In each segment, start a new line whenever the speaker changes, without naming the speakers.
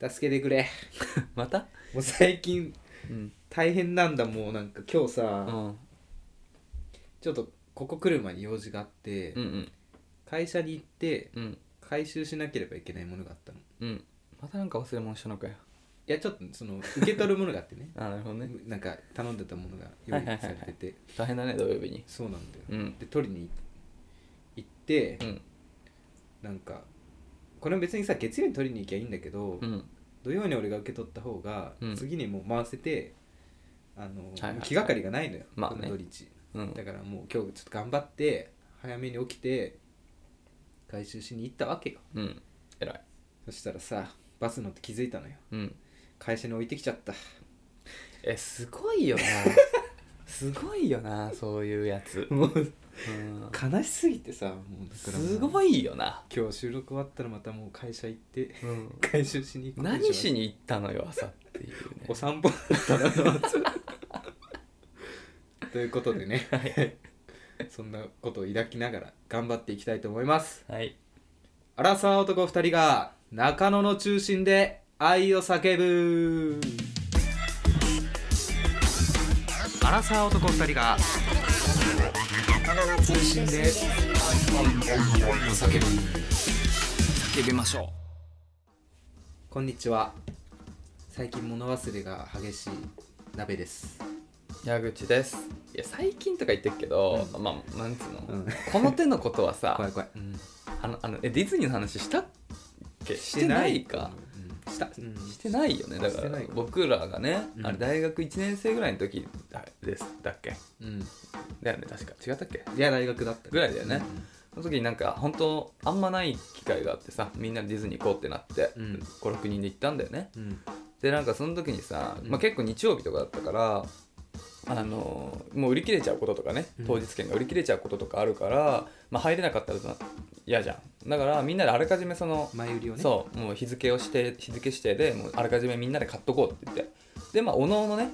助けてくれ
また
もう最近
うん
大変なんだもうなんか今日
う
さ、
ん
ちょっとここ来る前に用事があって、
うん
会社に行って
うん
回収しなければいけないものがあったのい
うんまたなんか忘れ物したのかよ
やちょっとその受け取るものがあってね
あなるほどね
なんか頼んでたものが用意されてて
大変だね土曜日に
そうなんだよ、
うん
で取りに行って
うん
なんかこれ別にさ月曜に取りに行きゃいいんだけど、
うん
土曜に俺が受け取った方が、
うん
次にもう回せてあの、
いはいはい
気がかりがないのよ、
まあね
この土日
うん
だからもう今日ちょっと頑張って早めに起きて回収しに行ったわけよ
うん偉い
そしたらさバス乗って気づいたのよ
うん
会社に置いてきちゃった
えすごい よなすごいよなそういうやつ
もう
うん
悲しすぎてさもうだからもう
すごいよな
今日収録終わったらまたもう会社行って
うん
回収しに行くこと
何し
に
に行ったのよ朝っていうね
お散歩だったなということでね、そんなことを抱きながら頑張っていきたいと思います
はい
アラサー男2人が中野の中心で愛を叫ぶアラサー男2人が中野の中心で愛を叫ぶ
叫びましょ
こんにちは最近物忘れが激しい鍋です
う矢口ですいや最近とか言ってるけど、まあなんつうの、
うん
この手のことは さ
怖い怖い、
あのあのえディズニーの話したっけしてないか、
うんした、うん
してないよねだか
して
ら
ないか
僕らがね、
うん
あれ大学1年生ぐらいの時だですだっけ
うん、
だよね確か違ったっけ
いや大学だった
ぐらいだよねその時になんか本当あんまない機会があってさみんなでディズニー行こうってなって、
うん
56人で行ったんだよね
うん、うん
でなんかその時にさ、
うん
まあ、結構日曜日とかだったから、あのーもう売り切れちゃうこととかね
うん
当日券が売り切れちゃうこととかあるから、まあ、入れなかったら嫌じゃんだからみんなであらかじめその、
前売りをね
そうもう日付をして日付指定でもうあらかじめみんなで買っとこうって言ってでまあおのおのね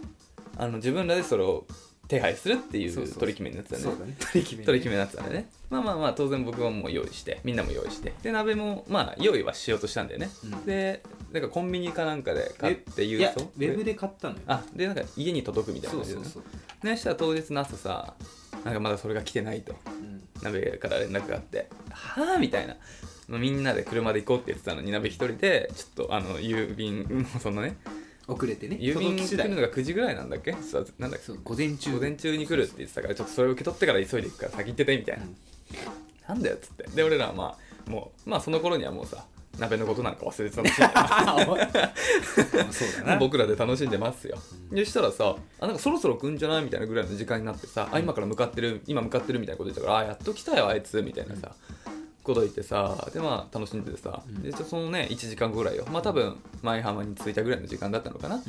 あの自分らでそれを手配するってい
そう
う
そう
取り決めになってたよね
そうだね取り決め
取り決めになってたんだよねまあまあまあ当然僕はもう用意してみんなも用意してで鍋もまあ用意はしようとしたんだよね、
うん
でなんかコンビニかなんかで買って郵
いや
送
ウェブで買ったのよ
あでなんか家に届くみたいな
そ
感
う
じで
そ
ね
うそう、
ねしたら当日の朝さなんかまだそれが来てないと
うん、
鍋から連絡があって「はあ?」みたいな。まあみんなで車で行こうって言ってたのに鍋一人でちょっとあの郵便もうそのね
遅れてね
郵便
届き
来
次
るの
第
が9時ぐらいなんだっけそうなんだっけ
そう午前中
午前中に来るって言ってたからちょっとそれを受け取ってから急いで行くから先行っててみたいな、
うん
なんだよっつってで俺らはまあもうまあその頃にはもうさ鍋のことなんか忘れてたのしいんだよ
あ おいそうだな
僕らで楽しんでますよ、
う
でしたらさあなんかそろそろ来んじゃないみたいなぐらいの時間になってさ、あ今から向かってる今向かってるみたいなこと言ってたからあやっと来たよあいつみたいなさ、こと言ってさでまあ楽しんでてさ、
うん
でちょっとそのね1時間後ぐらいよまあ多分舞浜に着いたぐらいの時間だったのかな、
うん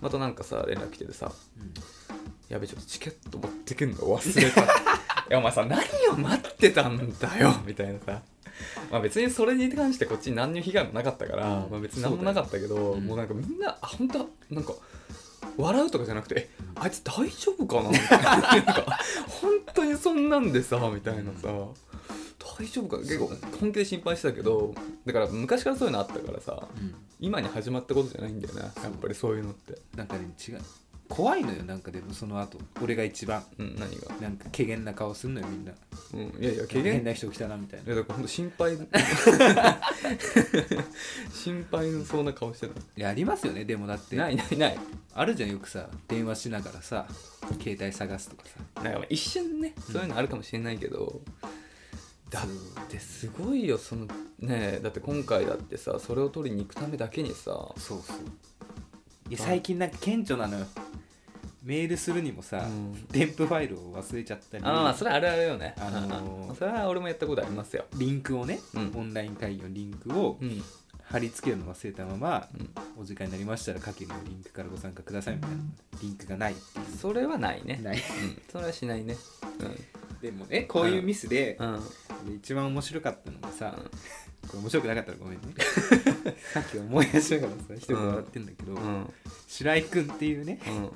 またなんかさ連絡来ててさ
うん
やべちょっとチケット持ってくんの忘れ たいやお前さ何を待ってたんだよみたいなさまあ別にそれに関してこっちに何の被害もなかったから、
うん
まあ別に何もなかったけど、
うん
もうなんかみんなあ本当なんか笑うとかじゃなくて、えあいつ大丈夫かなみたいななんか本当にそんなんでさみたいなさ、大丈夫か結構
そうだ
本気で心配してたけどだから昔からそういうのあったからさ
うん
今に始まったことじゃないんだよねやっぱりそういうのって
なんかね違う怖いのよなんかでもその後俺が一番
うん何が
なんか怪げな顔すんのよみんな
うんいやいや軽減
変な人来たなみたい
い
な
やだからほんと心 配心配のそうな顔してた
いやありますよねでもだって
ないないない
あるじゃんよくさ電話しながらさ携帯探すとかさ
なんかまあ一瞬ね
うん
そういうのあるかもしれないけど、だってすごいよそのねえだって今回だってさそれを取りに行くためだけにさ
そうそういや最近なんか顕著なのよメールするにもさ、
うん
添付ファイルを忘れちゃったり
ああそれあるあるよね、
あのー
うんそれは俺もやったことありますよ
リンクをね、
うん
オンライン会議のリンクを
うん
貼り付けるの忘れたまま、
うん
お時間になりましたら下記のリンクからご参加くださいみたいなリンクがないっていう
それはないね
ない
うん、それはしないね
でもねこういうミスで
う、ん、うん
で一番面白かったのがさ、
うん
これ面白くなかったらごめん ねさっき思い出しながらさ一人で笑ってんだけど、
うん
白井君っていうね
うん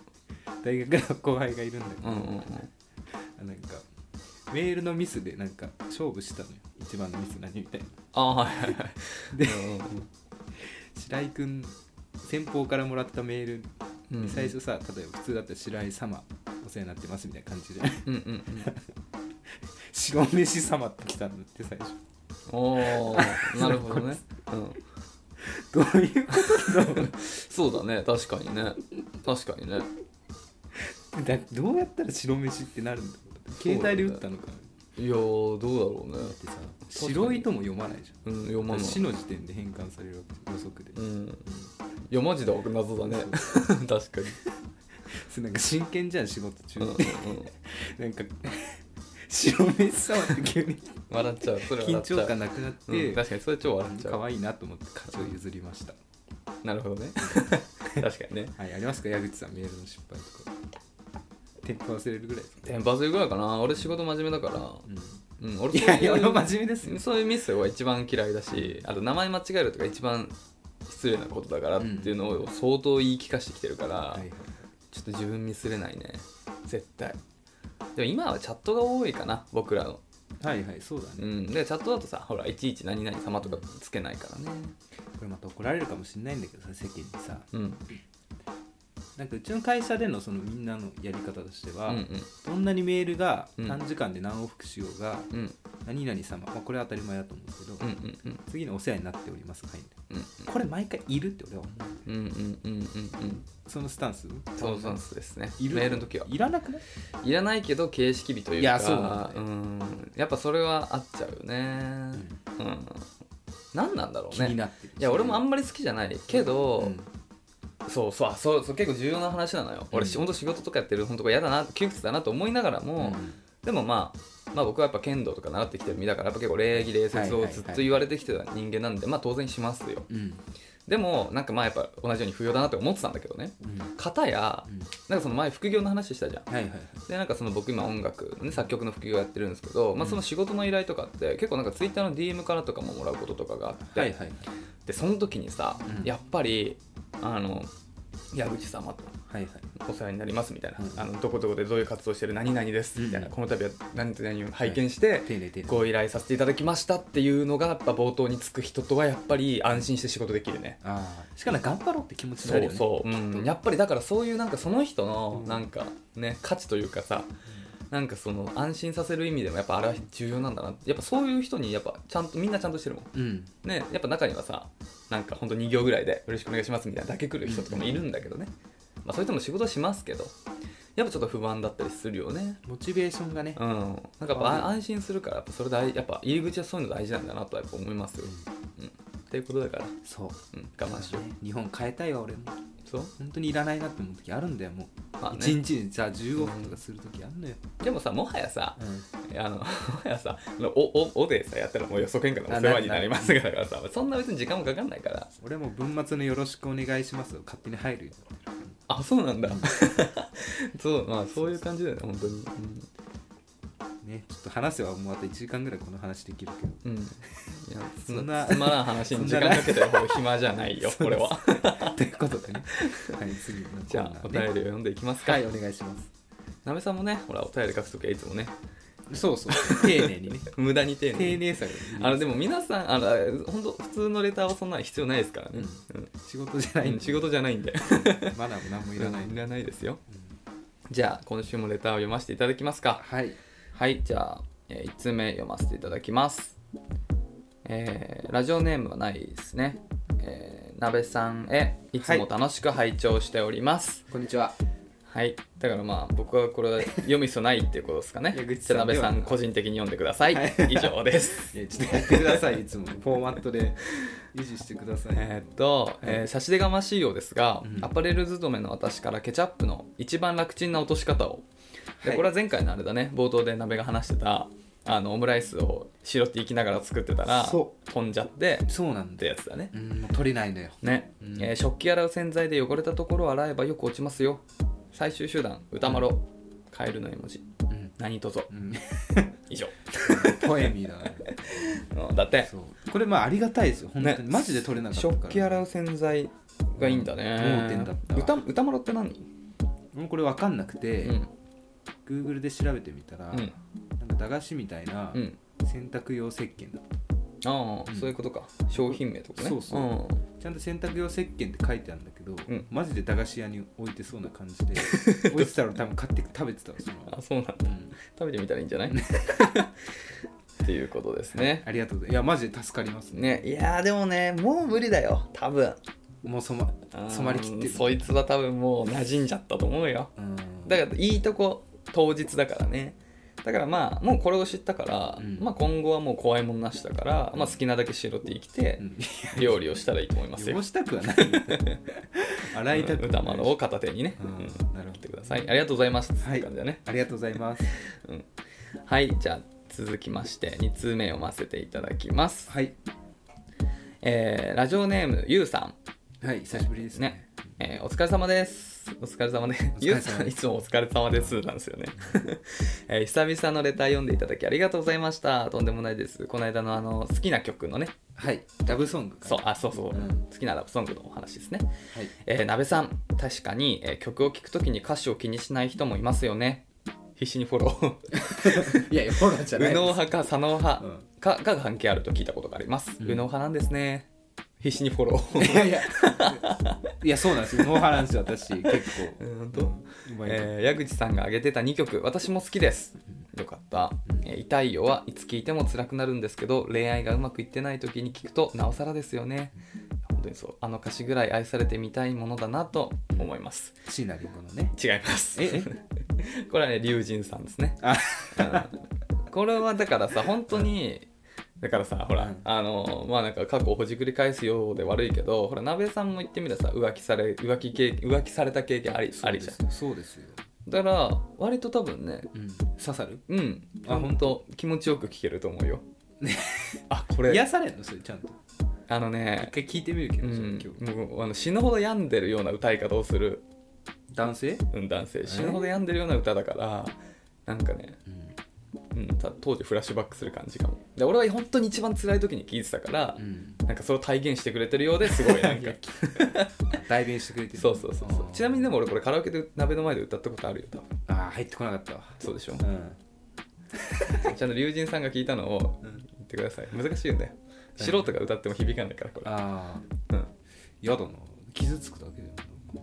大学の後輩がいるんだけど、
うんうんうん
なんかメールのミスでなんか勝負したのよ一番のミス何みたいな
ああはいはいはい
で
うんうんうん
白井君先方からもらったメール
うんうん
最初さ例えば普通だったら白井様お世話になってますみたいな感じで
うんうんうん
白飯様って来たんだって最初
おお なるほどね、うん、
どういう こ
そうだね確かにね確かにね
とだどうやったら白飯ってなるんだろう携帯で打ったのか
いやーどうだろう
だ
ね
ってさ白いとも読まないじゃ
うん読ま
ん
ない
死の時点で変換されるわけ予測で、
うんいやマジだわ謎 だね確かに
それなんか真剣じゃん仕事中
うんうんうん
なんか 白飯様って急に
笑っちゃう それは
緊
笑っちゃ
張
う
感なくなっ
う
て
ん、確かにそれ超笑っちゃ
可
う
愛いなと思って価値を譲りました
なるほどね確かにね
はいありますか矢口さんメールの失敗とかテンポ忘れるぐらいですか、
テンパするぐらいかな俺仕事真面目だからうん俺
いやいや
そう
俺
う
も真面目ですよ
そういうミスは一番嫌いだしあと名前間違えるとか一番失礼なことだからっていうのを相当言い聞かしてきてるから、
はい
ちょっと自分ミスれないね絶対でも今はチャットが多いかな僕らの
はい、はいはい、そうだね
うんでチャットだとさほらいちいち何々様とかつけないからね
これまた怒られるかもしれないんだけどさ世間にさ
うん
なんかうちの会社でのそのみんなのやり方として
う
は、
ん
どんなにメールが
うん
短時間で何往復しようが、
うんうん
何々様、まあ、これは当たり前だと思うんですけど、
うんうんうん
次のお世話になっております会員
うん
これ毎回いるって俺は思う
うんうんうんうんうん
そのスタンス
そのスタンスですね
いる
メールの時はい
らなくない
いらないけど形式日というか
いやそうなんだよ
んやっぱそれはあっちゃうよねうん、何なんだろう
気
ね
になってる
いや俺もあんまり好きじゃないけど、
うん
そうそうあそうそう結構重要な話なのよ、俺
うん
ほん、俺仕事とかやってる本当が嫌だな窮屈だなと思いながらも、でもまあまあ僕はやっぱ剣道とか習ってきてる身だからやっぱ結構礼儀礼節をずっと言われてきてた人間なんで、まあ当然しますよ
うん
でもなんかまあやっぱ同じように不要だなって思ってたんだけどね
うん
方やなんかその前副業の話したじゃん
はいはいはい
でなんかその僕今音楽、ね、作曲の副業やってるんですけど、まあ、その仕事の依頼とかって結構なんかツイッターの DM からとかももらうこととかがあって、
はいはい
でその時にさ、
うん
やっぱりあの矢口様と
はいはい
お世話になりますみたいな、
うん
あのどこどこでどういう活動してる何々ですみたいな、
うん
この度は何々を拝見して
丁寧丁寧
ご依頼させていただきましたっていうのがやっぱ冒頭につく人とはやっぱり安心して仕事できるね。
ああしかも頑張ろうって気持ちに
そ
なるよ
う
ね
そう、うん、やっぱりだからそういうなんかその人の
うん
なんかね価値というかさなんかその安心させる意味でもやっぱあれは重要なんだなやっぱそういう人にやっぱちゃんとみんなちゃんとしてるもん
うん
ねやっぱ中にはさなんかほんと2行ぐらいで「よろしくお願いします」みたいなだけ来る人とかもいるんだけどね、まあ、それとも仕事はしますけどやっぱちょっと不安だったりするよね
モチベーションがね
うんなんかやっぱ安心するからやっぱそれ大やっぱ入り口はそういうの大事なんだなとはやっぱ思いますよ、うん、っていうことだから、
そう
うん、我慢しよう
日本変えたいわ俺も
そう
本当にいらないなって思う時あるんだよも
まあ
う
ね
一日にさ15分とかする時あるのよ
でもさもはやさ
うん
あの もはやさあのおおおでさやったらもう予測変化のお世話になりますからだからさそんな別に時間もかかんないから
俺も文末のよろしくお願いしますを勝手に入るよ
あそうなんだそうまあそういう感じだよね本当に
ねちょっと話せばもうあと1時間ぐらいこの話できる けど
うん、うん、いやそ
そ
ん
んな
なつまらん話に時間かけてる方が暇じゃないよこれは
ということでねはい次のコーナーね
じゃあお便りを読んでいきますか、
はいお願いします
なべさんもねほらお便り書くときはいつもね
そうそう丁寧にね
無駄に丁寧
丁
に
寧さがね
あのでも皆さんあの本当普通のレターはそんな必要ないですからね、うん
仕事じゃないん
うん
で
仕事じゃないんで
マナーも何もいらない
うんいらないですよ、じゃあ今週もレターを読ませていただきますか
はい
はいじゃあ、え1通目読ませていただきますえーラジオネームはないですねえー、鍋さんへいつも楽しく拝聴しております
こんにちは
はい、だからまあ僕はこれは読む必要ないっていうことですかね
いや愚痴
じゃあ
さん
鍋
では
さん個人的に読んでください、
はい
以上です
いやちょっとやってくださいいつもフォーマットで維持してください
えーっと、えー差し出がましいようですが、
うん
アパレル勤めの私からケチャップの一番楽ちんな落とし方をで
はい
これは前回のあれだね冒頭で鍋が話してたあのオムライスをしろって言いきながら作ってたら飛
そ
んじゃって
そうなん
っ
だ
て
よ
やつだね
うんもう取れないのよ
ね、
うん
えー食器洗う洗剤で汚れたところを洗えばよく落ちますよ最終手段歌丸カエルの絵文字
うん、
何とぞ
うん、
以上
ポエミーだな
うんだって
そうこれまあありがたいですよ本当に、
ね
マジで取れなかったから
食器洗う洗剤がいいんだね
盲点だったわ
歌歌丸って何
俺もこれ分かんなくて、
うん、
Google で調べてみたら、
うん
なんか駄菓子みたいな
うん
洗濯用石鹸だった、
ああ、
うん
そういうことか商品名とかね
そうそうちゃんと洗濯用石鹸って書いてあるんだけど、
うん
マジで駄菓子屋に置いてそうな感 じで置いてたら多分買って食べてたわそのまま
あそうなんだ
うん
食べてみたらいい んじゃないっていうことですね
ありがとうございますいやマジで助かりますね
ねいやーでもねもう無理だよ多分
もう染ま染まりきってる
そいつは多分もう馴染んじゃったと思うよ
うん
だからいいとこ当日だからねだからまあもうこれを知ったから、
うん
まあ、今後はもう怖いもんなしだから、まあ、好きなだけしろって生きて
うん
料理をしたらいいと思いますよ
汚したくは ない洗いたくは
歌
ない
丸を片手にね、
うん
うん
なるほど
やってくださいありがとうございますって
はい
感じだね
ありがとうございます
はいじゃあ続きまして2通目読ませていただきます、
はい
えーラジオネームゆうさん
はい久しぶりですね
ね、えーお疲れ様です。お疲れ様です。
お疲れ様です
ゆうさん、いつもお疲れ様です。なんですよね、 えー久々のレター読んでいただきありがとうございました。とんでもないです。この間のあの、好きな曲のね、
はいラブソングか
そう、あ、そうそう、
うん
好きなラブソングのお話ですね。
はい
えー、なべさん、確かに、えー曲を聴くときに歌詞を気にしない人もいますよね。必死にフォロ ー。
いやいやほらじゃな
右
い
脳
です
派か左脳派
うん
かが関係あると聞いたことがあります。
うん
右脳派なんですね。必死にフォロー。
いやいやいやそうなんですよノーハランス私結構
うん本当
うまいこと
えー矢口さんが挙げてた2曲私も好きですよかった「えー痛いよ」はいつ聴いても辛くなるんですけど恋愛がうまくいってない時に聴くとなおさらですよね本当にそうあの歌詞ぐらい愛されてみたいものだなと思います
椎名林檎のね
違います
え
これはね龍神さんですね
あ
うんこれはだからさ本当にだからさほら、
うん
あのまあなんか過去をほじくり返すようで悪いけどほら鍋さんも言ってみたらさ浮気され浮気経浮気された経験ありありじゃん
んそうですよ、
だから割と多分ね
うん、刺さる
うん
あ
あ本当気持ちよく聞けると思うよあこれ
癒されんのそれちゃんと
あの
一
ね
回聞いてみるけど、
う
それ
ん
今日、
もうあの死ぬほど病んでるような歌い方をする、
男性、
うん、男性死ぬほど病んでるような歌だからなんかね、うん、た当時フラッシュバックする感じかもで俺は本当に一番辛い時に聴いてたから、
うん、
なんかそれを体現してくれてるようですごいな ん
い
か
や代弁してくれてる
そうそうそうそうちなみにで
も
も俺これカラオケで鍋の前で歌ったことあるよ多分
あー入ってこなかったわ
そうでしょ
うん、
ちゃんと龍神さんが聞いたのを
うん、
言ってください難しいよね素人が歌っても響かないからこれ
ああ
うん
やだな傷つくだけだよ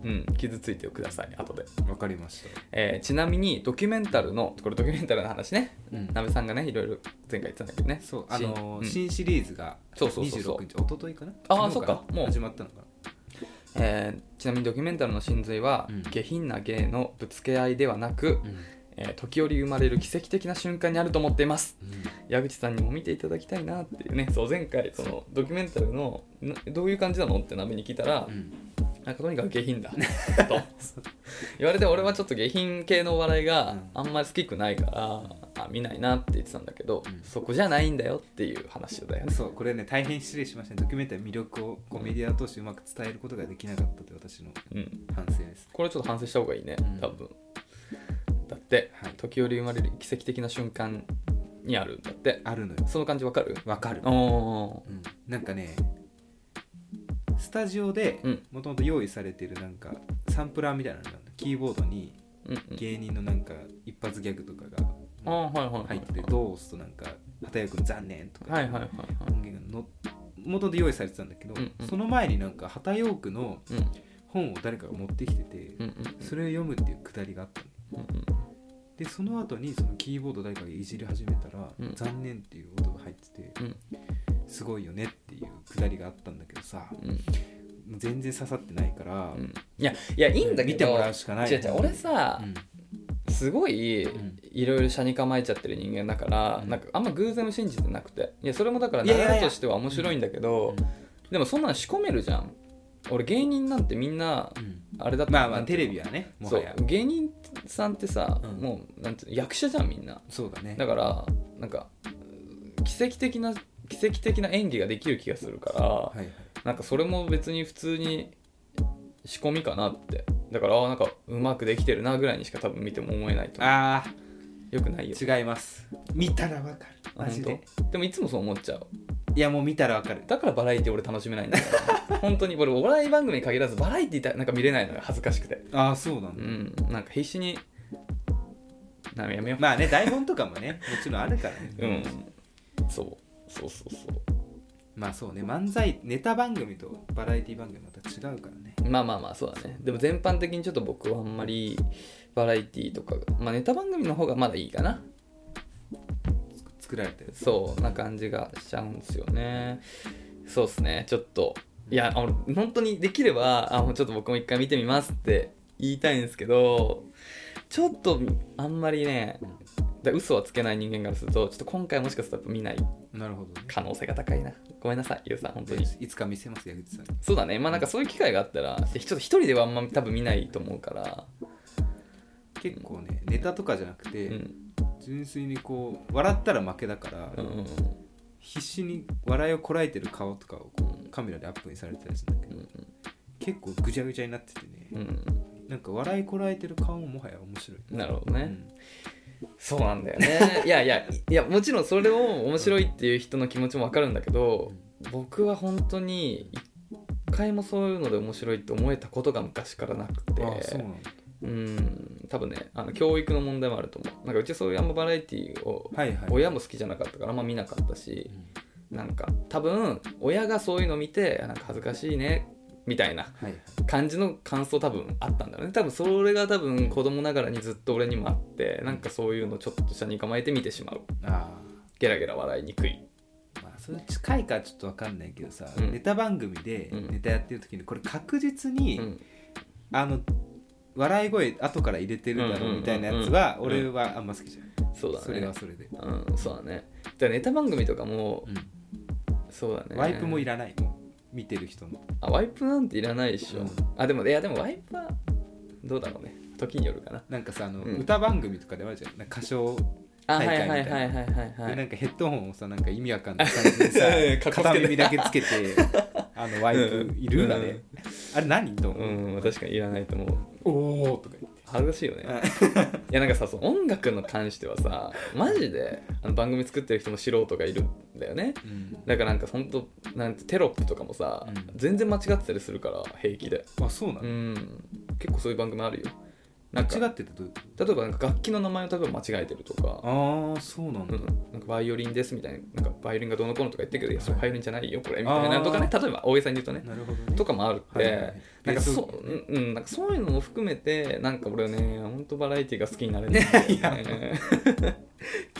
うん、傷ついてください後で、
わかりました
えーちなみにドキュメンタルのこれドキュメンタルの話ね、
うん
なべさんがねいろいろ前回言ってたんだけどね
そうあ
し
のー
うん
新シリーズが
そうそうそうそう
26日おとといかな
あー
昨日
そっ
な
かもう
始まったのかな
えーちなみにドキュメンタルの真髄は、
うん
下品な芸のぶつけ合いではなく、えー時折生まれる奇跡的な瞬間にあると思っています矢口さんにも見ていただきたいなっていうねそう前回そのドキュメンタルのなどういう感じなのって鍋に聞いたら、
うん
なんかとにかく下品だと 言われて俺はちょっと下品系のお笑いがあんまり好きくないから、あ見ないなって言ってたんだけど、
うん
そこじゃないんだよっていう話だよね
そうこれね大変失礼しましたねドキュメンタリーの魅力をこうメディアを通してうまく伝えることができなかったという私の
うん
反省です
これちょっと反省した方がいいね
うん
多分、だって、
はい
時折生まれる奇跡的な瞬間にあるんだって
あるのよ
その感じわかる
わかる
おお
うんなんかねスタジオで
うん
もともと用意されてるなんかサンプラーみたいなのがあるのキーボードに
うんうん
芸人のなんか一発ギャグとか
あ
が
あはいはいは
入
い
ってて「ドース」となんか「畑谷君残念」とか
はいはいはいはい
音源がの元で用意されてたんだけど、
うんうん
その前になんか畑陽区の
うんうん
本を誰かが持ってきてて、
うん
それを読むっていうくだりがあったの
うんうん
でその後にそのキーボード誰かがいじり始めたら「
うん
残念」っていう音が入ってて
うん
「すごいよね」っていうくだりがあったんだけどさ
うん
全然刺さってないから、
うんいやいやいいんだけど
見てもらうしかない
違う違う俺さ、
うん
すごい
ん
いろいろ車に構えちゃってる人間だから、
うん
なんかあんま偶然を信じてなくていやそれもだから
いやいやいや
流れとしては面白いんだけどでもそんなの仕込めるじゃん俺芸人なんてみんな
うん
あれだった
まあまあテレビ
は
はねも
そ
はや
う芸人さんってさ、
うん
もうなんていうの役者じゃんみんな
そうだね
だからなんか奇跡的な奇跡的な演技ができる気がするから、
はいはい
なんかそれも別に普通に仕込みかなってだからあーなんかうまくできてるなぐらいにしか多分見ても思えないと思
あ
うよくないよ
ー違います見たらわかるマジ
本
で
当でもいつもそう思っちゃう
いやもう見たらわかる
だからバラエティ俺楽しめないん だよな本当に俺お笑い番組に限らずバラエティーなんか見れないのよ恥ずかしくて
ああそうなん
う
だ、
んなんか必死になんかやめよう、
ま あね台本とかもねもちろんあるからね
うんそうそうそうそう
まあそうね漫才ネタ番組とバラエティ番組また違うからね
まあまあまあそうだねでも全般的にちょっと僕はあんまりバラエティとかがまあネタ番組の方がまだいいかな
作られてる
そうな感じがしちゃうんですよねそうっすねちょっといやあの本当にできればあもうちょっと僕も一回見てみますって言いたいんですけどちょっとあんまりねだ嘘はつけない人間からするとちょっと今回もしかすると見ない
なるほどね
可能性が高いなごめんなさいゆうさん本当に
いつか見せます矢口さん
そうだねまあなんかそういう機会があったらちょっと一人ではあんま多分見ないと思うから
結構ねネタとかじゃなくて、
うん
純粋にこう笑ったら負けだから、
うんうん
必死に笑いをこらえてる顔とかをこうカメラでアップにされてたりするんだけ
う
ど、
ん
結構ぐちゃぐちゃになっててね、
うんうん
なんか笑いこらえてる顔ももはや面白い、
なるほどね、
うん
そうなんだよね いやいやいやもちろんそれを面白いっていう人の気持ちも分かるんだけど僕は本当に一回もそういうので面白いって思えたことが昔からなくて
ああそうなんだ
うん多分ねあの教育の問題もあると思うなんかうちそういうあんまバラエティーを
はいはい
親も好きじゃなかったからあんま見なかったし
うん
なんか多分親がそういうの見てなんか恥ずかしいねみたいな
はいはい
感じの感想多分あったんだろうね多分それが多分子供ながらにずっと俺にもあってなんかそういうのちょっと下に構えて見てしまう
あ
ゲラゲラ笑いにくい
あまあそれ近いかちょっとわかんないけどさ、
うん
ネタ番組で
うん
ネタやってる時にこれ確実に、
うん
あの笑い声後から入れてるだろうみたいなやつは
うんうんうん
俺
うん
はあんま好きじゃない、
そう
そ
だ
れ
ね
はそれで、
うんそうだねじゃネタ番組とかも
うん
そうだね
ワイプもい
ら
らないもう見てる人の
あワイプなんていらないでしょ、
うん
あでもいやでもワイプはどうだろうね時によるかな
なんかさあの、
うん
歌番組とかではあるじゃんなんか歌唱
あは
大
い
会
はい
みた
はいい
な
はいはいは
でないんかヘッドホンをさなんか意味わかんない感じ でさ
かっ
片
こつけて
耳だけつけてあのワイプいる
うん
あれ、あれ何と
う
思う、
ん確かにいらないと思う
おおとか言って
恥ずかしいよねいやなんかさその音楽の関してはさマジであの番組作ってる人も素人がいるんだよね
うん
だからなんかほんとなんてテロップとかもさ、
うん
全然間違ってたりするから平気で
あそうなの、
うん結構そういう番組あるよなんか
間違
例
っててどういうこ
えばなんか楽器の名前を多分間違えてると
と
か
ああそうなん
う
だ、
ん、なんかバイオリンですみたいななんかバイオリンがどうのこうのとか言ってるけどいやそれバイオリンじゃないよこれみたいなとかね
あ
例えば大江さんに言うとね
なるほどね
とかもあるって、
はいはいはい
なんか
ベース
そう、うんうん、なんかそういうのも含めてなんか俺はね本当バラエティが好きになれないんだよね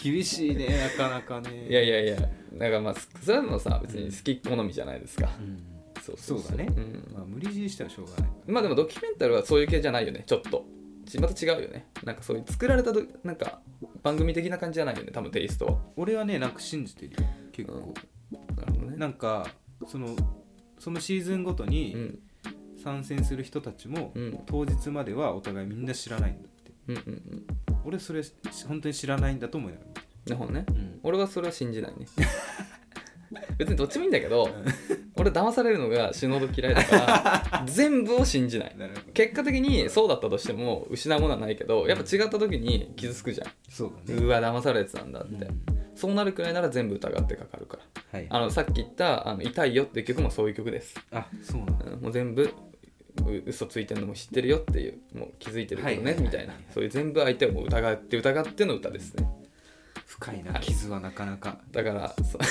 厳しいねなかなかね
いやいやいやなんかまあそれもさ別に好き好みじゃないですか、
うん
そう
そうだね
ん
まあ無理強いしてはしょうがない
まあでもドキュメンタルはそういう系じゃないよねちょっとちまた違うよねなんかそういう作られたどなんか番組的な感じじゃないよね多分テイストは
俺はねなんか信じてるよ結構、
なるほどね
なんかそのそのシーズンごと
う
に
ん
参戦する人たちも、
うん
当日まではお互いみんな知らないんだって
うんうんうん
俺それ本当に知らないんだと思いながら見て
なるほどね
る、
俺はそれは信じないね 別にどっちもいいんだけど俺騙されるのが死ぬほど嫌いだから全部を信じない
なるほど
結果的にそうだったとしても失うものはないけどやっぱ違った時に傷つくじゃん
そうだね
うわ騙されてたんだって、
うん
そうなるくらいなら全部疑ってかかるから
はい
あのさっき言った「あの痛いよ」っていう曲もそういう曲です、
あそうなんだ
うんもう全部う嘘ついてるのも知ってるよっていうもう気づいてるけどね、
はいはい
みたいなそういう全部相手をもう疑って疑っての歌ですね
深い
は
ない傷はなかなか
だから そう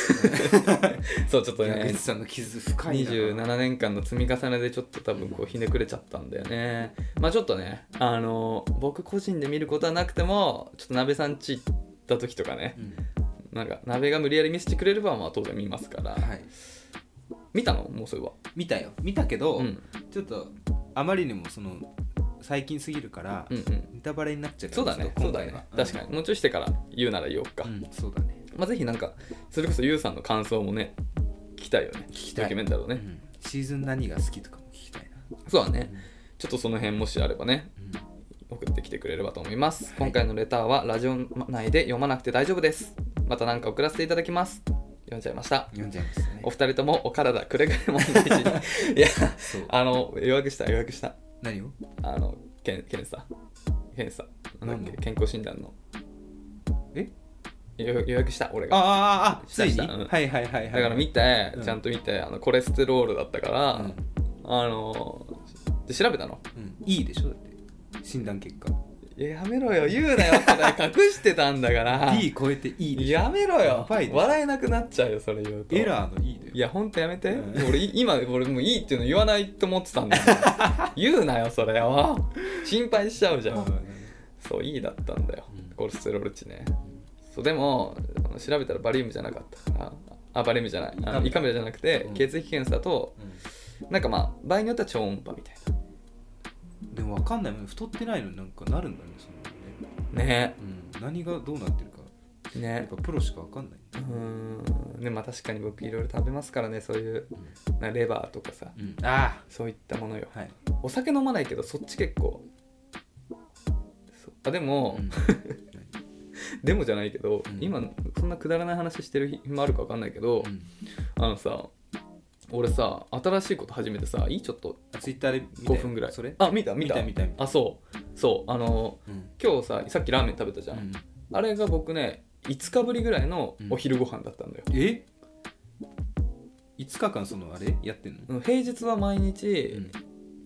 そうちょっと
矢
ね
口さんの傷深いな
27年間の積み重ねでちょっと多分こうひねくれちゃったんだよねまあちょっとねあの僕個人で見ることはなくてもちょっと鍋さんち行った時とかね
うん
なんか鍋が無理やり見せてくれればまあ当然見ますから
はい
見たのもうそれは
見たよ見たけど、
うん
ちょっとあまりにもその最近すぎるから、
うんうん
ネタバレになっちゃうか
そ
ら
うだね
ちょ
そ
っ
う
と
だ
今回
ね
は
確かにもうちょいしてから言うなら言おうか、
うん、うんそうだね、
まあぜひなんかそれこそゆうさんの感想もね聞きたいよね聞
きたい
ドキュメンタルを
う
ね、
ん、シーズン何が好きとかも聞きたいな、
そうだねちょっとその辺もしあればね
うん
送ってきてくれればと思います、今回のレターはラジオ内で読まなくて大丈夫ですまた何か送らせていただきます読んじゃいました
読んじゃいますね
お二人ともお体くれぐれもお大 事にいや
そう
あの予約した予約した
何を
あのけん検査検査なんだっ
何
け
の
健康診断の
え
予予約した俺
あ
が
あああついに、
したしたうん
はいはいはいはい
だから見て、
うん
ちゃんと見てあのコレステロールだったから、
うん
あので調べたの
うん、いいでしょだって診断結果
やめろよ言うなよ それ隠してたんだから
D 超えて E でしょ
やめろよ
やばいでしょ
笑えなくなっちゃうよそれ言うと
エラーの E だよ
いやほんとやめて、
うん
もう俺い今俺もういいっていうの言わないと思ってた んだよ言うなよそれを心配しちゃうじゃん、そういいだったんだよ
うん
コレステロール値ねそうでもあの調べたらバリウムじゃなかったからあバリウムじゃないあの
胃
胃カ
カメ
メラじゃなくて、
うん
血液検査となんかまあ場合によっては超音波みたい
でも分かんないもん太ってないのになんかなるんだねそのね、
なね
うん、何がどうなってるかやっ
ね
ぱプロしか分かんないう
ーんねまあ確かに僕いろいろ食べますからねそういうなレバーとかさ
うん、あ
そういったものよ
あはい、
お酒飲まないけどそっち結構そうあでも、
うん
でもじゃないけど、
うん
今そんなくだらない話してる暇あるか分かんないけど、あのさ俺さ新しいこと始めてさいいちょっと
ツイッターで見た
5
よ
分ぐらい
それ
あ見た見た
見た見た見た
あそうそうあの
うん
今日ささっきラーメン食べたじゃん、
うん
あれが僕ね5日ぶりぐらいの
うん
お昼ご飯だったんだよ、
え5日間そのあれやってんの、
うん平日は毎日、
うん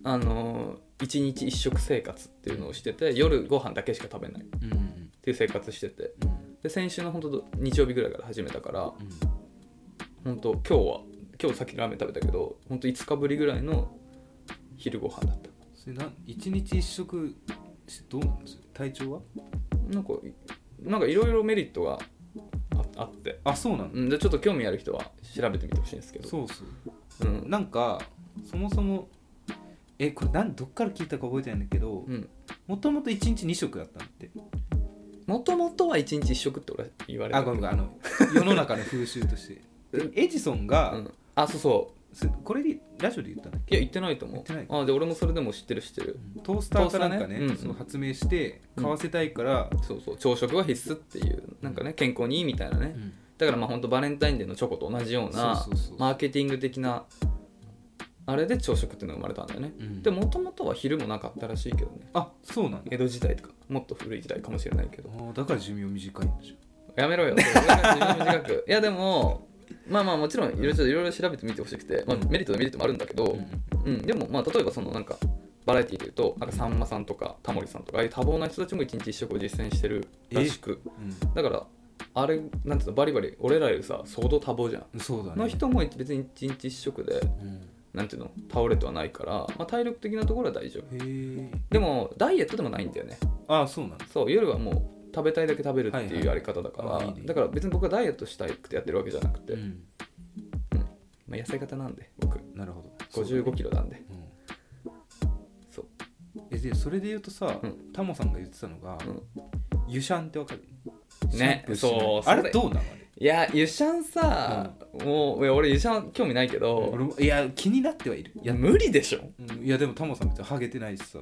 あの1日1食生活っていうのをしてて夜ご飯だけしか食べないっ
うんうん
ていう生活してて
うん
で先週の本当日曜日ぐらいから始めたから本当今日は今日さっきラーメン食べたけど本当5日ぶりぐらいの昼ご飯だった
それな一日一食してどうなんです体調は
なんかいなんかいろいろメリットがああって
あそうなんだ、
うんでちょっと興味ある人は調べてみてほしいんですけど
そうそう
うん
なんかそもそもえこれなんどっから聞いたか覚えてないんだけど
うん
もともと1日2食だったんだって
もともとは1日1食って俺言われて
あごめんごめんあの世の中の風習と してでエジソンが、
うん、あそうそう
すこれでラジオで言ったんだっ
い
け
や言ってないと思
言ってないう
あで俺もそれでも知ってる知ってる
トースターかなんかね
トースターねうん
そう発明して
うん
買わせたいから、
そうそう朝食は必須っていうなんかね健康にいいみたいなね、
うん
だからまあ本当バレンタインデーのチョコと同じような
そうそうそう
マーケティング的なあれで朝食っていうのが生まれたんだよね、
うん
でもともとは昼もなかったらしいけどね
あそうなんだ
江戸時代とかもっと古い時代かもしれないけど
あーだから寿命短いんでしょ
やめろよそれが自分短くいやでもまあまあもちろんいろいろちょっといろいろ調べてみてほしくて、まあ、メリットとメリットもあるんだけど、うんでもまあ例えばそのなんかバラエティーでいうとなんかさんまさんとかタモリさんとかああいう多忙な人たちも一日一食を実践してるらしく
う
だからあれなんていうのバリバリ俺らよりさ相当多忙じゃん
んそうだね
の人も別に一日一食で
うん
なんていうの倒れてはないから、まあ、体力的なところは大丈夫
へえ
でもダイエットでもないんだよね
あそうなんだ
そう夜はもう食べたいだけ食べるって
はいはいいう
やり方だから、
あいいね
だから別に僕はダイエットしたくてやってるわけじゃなくて、
うん
まあ、痩せ型なんで僕
なるほど
5 5キロなんで
うん
そう
えでそれで言うとさ、
うん
タモさんが言ってたのが、
うん
湯シャンってわかるシ
ね
ャンプーしない
そう
あ
そ
れ
れ
どうなのあれ
いやゆしゃんさ、もういや俺ゆしゃん興味ないけど、
俺もいや気になってはいる
いや無理でしょ
うんいやでもタモさん別にハゲてないしさ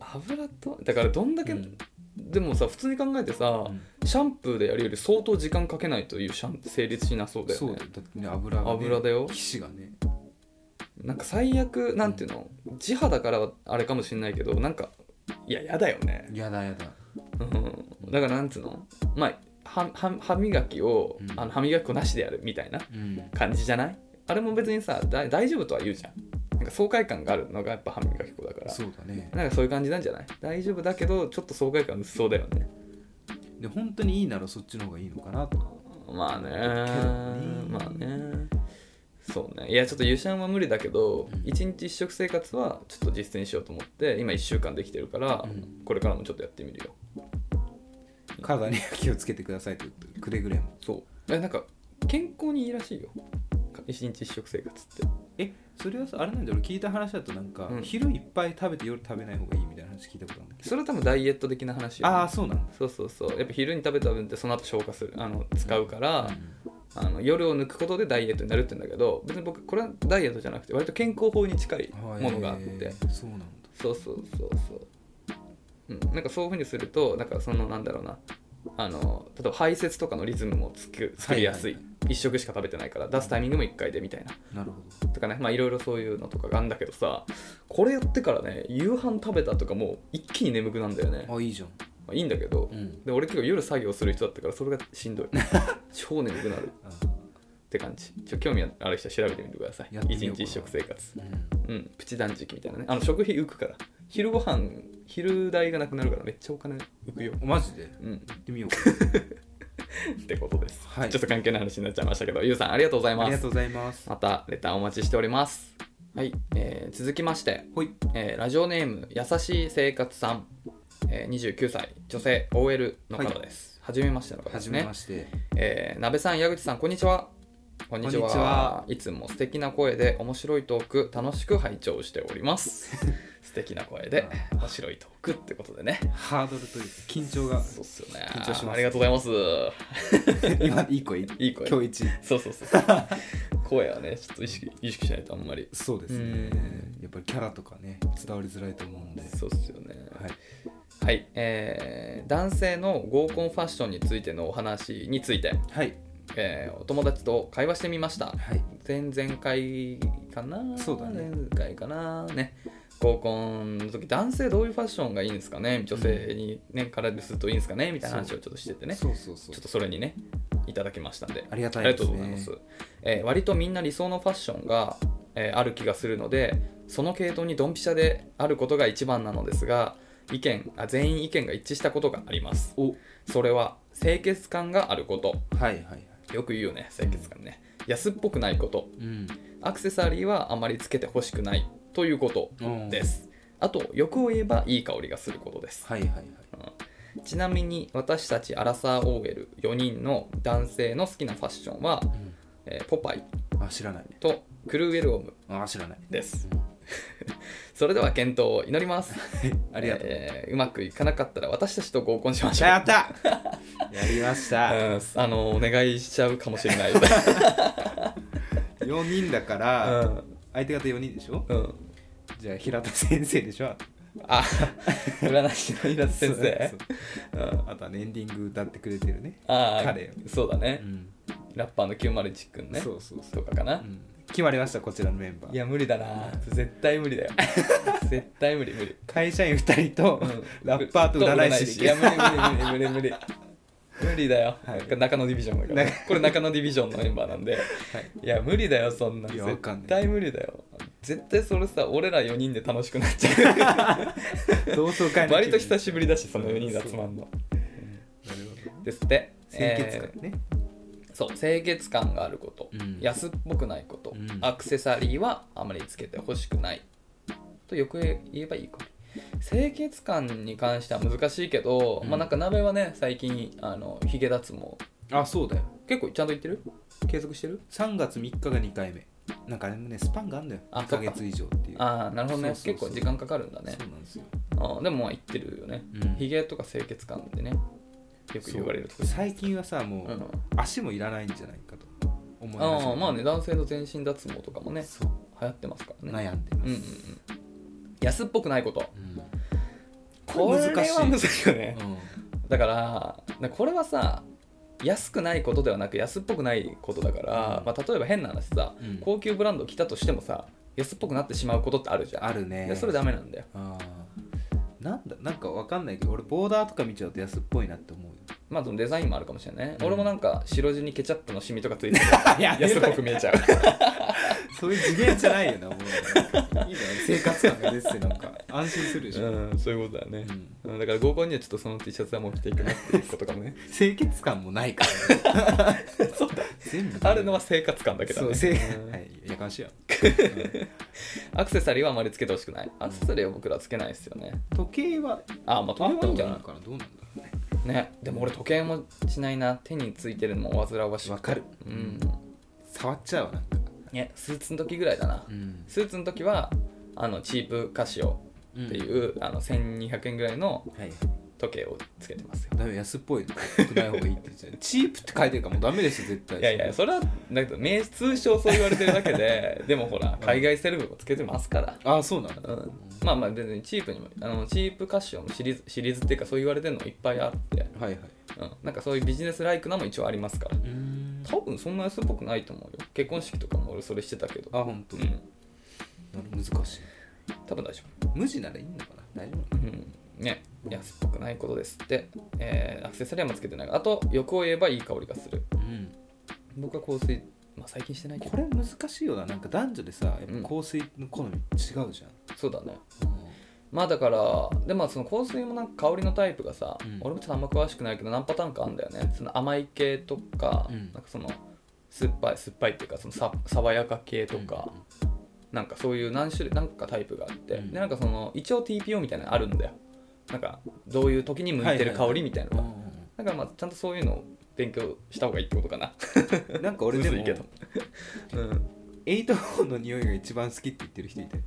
油とだからどんだけ、
うん
でもさ普通に考えてさ、
うん
シャンプーでやるより相当時間かけないというシャンって成立しなそうだよ
そう
ね
だよだってね油が、ね、
油だよ
皮脂がね
なんか最悪なんていうの地肌からはあれかもしれないけどなんかいややだよね、
やだやだ
うん、だからなんつうのまあはは歯磨きを、
うん
あの歯磨き粉なしでやるみたいな
うん
感じじゃないあれも別にさだ大丈夫とは言うじゃんなんか爽快感があるのがやっぱ歯磨き粉だから
そうだね
なんかそういう感じなんじゃない大丈夫だけどちょっと爽快感薄そうだよね
で本当にいいならそっちの方がいいのかなとか
まあね
ね
まあねそうねいやちょっと湯シャンは無理だけど、
うん
一日一食生活はちょっと実践しようと思って今1週間できてるから、
うん
これからもちょっとやってみるよ
体には気をつけてくださいと言ってくれぐれも
そうえなんか健康にいいらしいよか一日一食生活って
えそれはさあれなんだよ俺聞いた話だとなんか、
うん
昼いっぱい食べて夜食べない方がいいみたいな話聞いたことあるんだけど
それは多分ダイエット的な話よね、
ああそうなんだ
そうそうそうやっぱ昼に食べた分ってその後消化するあの使うから、あの夜を抜くことでダイエットになるって言うんだけど別に僕これはダイエットじゃなくて割と健康法に近い
はい
ものがあって、
そうなんだ
そうそうそうそう、うん、なんかそういうふうにするとなんかそのなんだろうなあの例えば排泄とかのリズムもつく作りやすい,、
はいは
一食しか食べてないから出すタイミングも1回でみたいな
なるほ
とかねまあいろいろそういうのとかがあるんだけどさこれやってからね夕飯食べたとかもう一気に眠くなんだよね、ま
どあいいじゃん
あ、いいんだけど、
うん
で俺結構夜作業する人だったからそれがしん どい超眠くなる
あ
って感じちょ興味ある人は調べてみてください
やってみ
一
ようか
日一食生活
うん
うんプチ断食みたいなねあの食費浮くから昼ご飯昼代がなくなるからめっちゃお金浮くよ、
マジで
うん、
行ってみよう
ってことです、
はい
ちょっと関係ない話になっちゃいましたけどゆうさんありがとうござい
かあ
ま
りが
す
とうございます
またレターお待ちしておりますはい、えー続きまして、
ほい
えーラジオネーム優しい生活さん、えー29歳女性 OL の方です、はじめましての方で
は
す
じ
ね
めまして、
えー、鍋さん、矢口さん、こんにちは。こんにちは
こんにちはい
つも素敵な声で面白いトーク楽しく拝聴しております 素敵な声で面白いトークってことでね
ハードルという緊張が
そうっすよね
緊張します
ありがとうございます
今いい声い
いい声
今日一
そうそうそうそう声はねちょっと意識意識しないとあんまり
そうですね
うん
やっぱりキャラとかね伝わりづらいと思うので
そうっすよね
はい
はい、えー男性の合コンファッションについてのお話について、
はい
えーお友達と会話してみました
はい
前々回かな
そうだね
前回かなね合コンの時男性どういうファッションがいいんですかね女性に、ねからでするといいんですかねみたいな話をちょっとしててねち
そ
ょ
うそうそう
っとそれにねいただきましたんで
ありが
あ
たい
りが
で
と
す
う
ね
ございます、えー割とみんな理想のファッションが、えーある気がするのでその系統にドンピシャであることが一番なのですが意見あ全員意見が一致したことがあります
お
それは清潔感があること
はいはいはい
よく言うよね清潔感ね安っぽくないこと
うん
アクセサリーはあまりつけてほしくないということ
うん
ですあと欲を言えばいい香りがすることです
はいはいはい
ちなみに私たちアラサー OL4 人の男性の好きなファッションは、えーポパイ
うんあ知らないね
とクルーエルオム
あ知らない
です それでは健闘を祈ります、
ありがとう
えーうまくいかなかったら私たちと合コンしましょう
やった やりました
うんあのお願いしちゃうかもしれ ないうん
4人だから相手方4人でしょ
うん
じゃあ平田先生でしょ
あ 占い師の平田先生
そう
うん
あとはねエンディング歌ってくれてるね
ああ
彼
そうだね、
ん
ラッパーの901くんね
そうそうそ
と
う
かかな、
うん決まりましたこちらのメンバ
い
ー
や無理だな絶対無理 だよ絶対無理無理
会社員2人と
うん
ラッパーと占い師
いや無理無理無理無理無理無理だよ、
はい
中野ディビジョンだから
な
これ中野ディビジョンのメンバーなんで、い、や無理だよそんない
やわかんない
絶対無理だよ絶対それさ俺ら4人で楽しくなっち ゃ
同窓会
う割と久しぶりだしそ
そう
の4人で集まんの
なるほど
ですって
清潔感ね
そう清潔感があること、
うん
安っぽくないこと、
うん
アクセサリーはあまりつけてほしくないとよく言えばいいか清潔感に関しては難しいけど、
うん
まあなんか鍋はね最近あのヒゲ脱毛
あそうだよ
結構ちゃんと言ってる継続してる
3月3日が2回目なんかでもねスパンがあるんだよ
あ
2ヶ月以上っていう
ああなるほど
そう
ね
そうそう
結構時間かかるんだね
そうなんですよ
あーでもまあ言ってるよね、
うん
ヒゲとか清潔感でねよく言われると
そ
こ
う最近はさも
うん、
う
あ
足もいらないんじゃないかと思い
あ
始
ー
め
まあね男性の全身脱毛とかもね
そう
流行ってますからね
悩んでま
うんうんうん
す
安っぽくないこと
うん
これは難しい
これは難
よね、だからなこれはさ安くないことではなく安っぽくないことだから、
うん
まあ、例えば変な話さ、
うん
高級ブランド着たとしてもさ安っぽくなってしまうことってあるじゃん
あるね
でそれダメなんだよ
あーなんだなんかわかんないけど俺ボーダーとか見ちゃうと安っぽいなって思うよ
まあそのデザインもあるかもしれないね、
うん
俺もなんか白地にケチャップのシミとかついてて
やめろ
安っぽく見 えちゃう
そういう次元じゃないよなもういいな生活感が出ててなんか安心するでしょ、
うんそういうことだね
う、ん
うんだから合コンにはちょっとその T シャツはもう着ていくなっていうことかもね
清潔感もないから、
そうだ
全部
あるのは生活感だけだ
そ
ね
うせ、
うん
はいやかま しいよ
アクセサリーはあまりつけてほしくないアクセサリーは僕らつけないですよね
時計は
あまあ
時
取
計は
った
いい
ん
ん
じ
じ
ゃ
ゃ
な
ないいかなどうなんだろうね
ねでも俺時計もしないな手についてるのも煩わしい
わかる
うん
触っちゃうわなんか
ねスーツの時ぐらいだな、
うん
スーツの時はあのチープカシオっていう、あの1200円ぐらいの
はい
時計をつけてますよ
ダメ安っぽいの良くない方がいいって言って たチープって書いてるからもうダメですよ絶対
いやいやそれはだけど名通称そう言われてるだけ ででもほら海外セレブもつけてますから、
ああそうなんだ
うん、まあまあ全然チープにもあのチープカシオのシリーズシリーズっていうかそう言われてるのいっぱいあって、
はいはい
うん、なんかそういうビジネスライクなのも一応ありますから
うん
多分そんな安っぽくないと思うよ結婚式とかも俺それしてたけど
あ本当、
う
なる
ん
難しい
多分大丈
無地ならいいのかな大丈
夫、うん、ね安っぽくないことですって、えーアクセサリーもつけてないあと欲を言えばいい香りがする
夫、うん、
僕は香水、まあ、最近してないけ
こ
ど
れ難しいよななんか男女でさやっぱ香水の好み違うじゃん、
そうだねまあだからでまあその香水もなんか香りのタイプがさ、
うん
俺もちょっとあんま詳しくないけど何パターンかあるんだよねその甘い系とか,、
うん
なんかその酸っぱい酸っぱいっていうかそのさ爽やか系とか、なんかそういう何種類なんかタイプがあって、
うん
でなんかその一応 TPO みたいなのあるんだよなんかどういう時に向いてる香りみたいなのが、だからまあちゃんとそういうのを勉強した方がいいってことかな
うんなんか俺で
むず
も
いけど、 うん
8の匂いが一番好きって言ってる人いたよ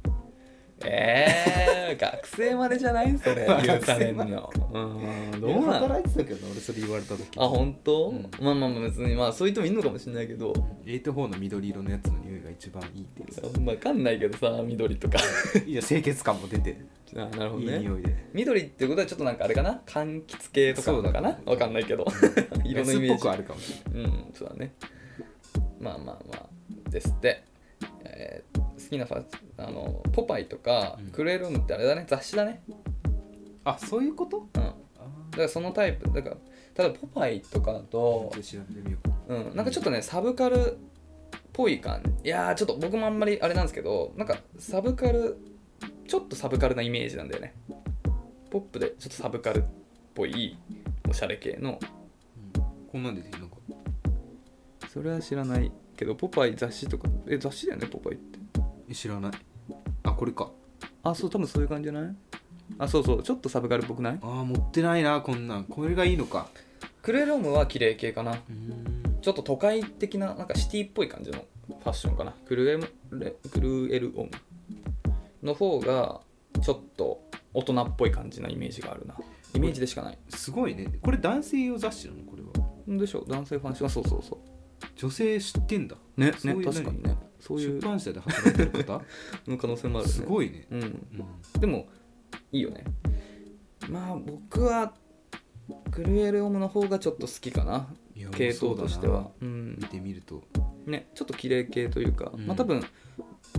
えー、学生までじゃないんそれ言うためんのうんどうなの
働いてたけどな俺それ言われた時
あ本当、
うん
まあまあまあ別にまあそういう人もいるのかもしれないけど
8の緑色のやつの匂いが一番いいって言って
分かんないけどさ緑とか
たいや清潔感も出て
あなるほど
いい
ね
匂いで
緑ってことはちょっとなんかあれかな柑橘系とかなのか
そう
な
だね
わかんないけど 色のイメージ
安っぽくあるかもしれない
うんそうだねまあまあまあですって、えー好きなファあのポパイとか、
うん
クレロームってあれだね雑誌だね
あそういうこと
うんだからそのタイプだからただポパイとかだと
ちょっと調べてみよ
うん、なんかちょっとねサブカルっぽい感じいやーちょっと僕もあんまりあれなんですけどなんかサブカルちょっとサブカルなイメージなんだよねポップでちょっとサブカルっぽいおしゃれ系の
う、こんなん出てるのか
それは知らないけどポパイ雑誌とかえ雑誌だよねポパイって
え知らないあこれか
あそう多分そういう感じじゃないあそうそうちょっとサブカルっぽくない
あー持ってないなこんなんこれがいいのか
クレロームは綺麗系かな
うん
ちょっと都会的ななんかシティっぽい感じのファッションかなクルエムレクルエルオムの方がちょっと大人っぽい感じなイメージがあるなイメージでしかない
すごいねこれ男性用雑誌なのこれは
んでしょ男性ファンションそうそうそ
女性知ってんだ
うね
そういう
ね確かにねそうい
出
う
版社で働いて る方
可能性もあるね
すごいね、
うん
うん、
でもいいよねまあ僕はクルエルオムの方がちょっと好きかない
や
系統としては
そううだ
ん
な見てみると
ねちょっと綺麗系というか、
うん
まあ多分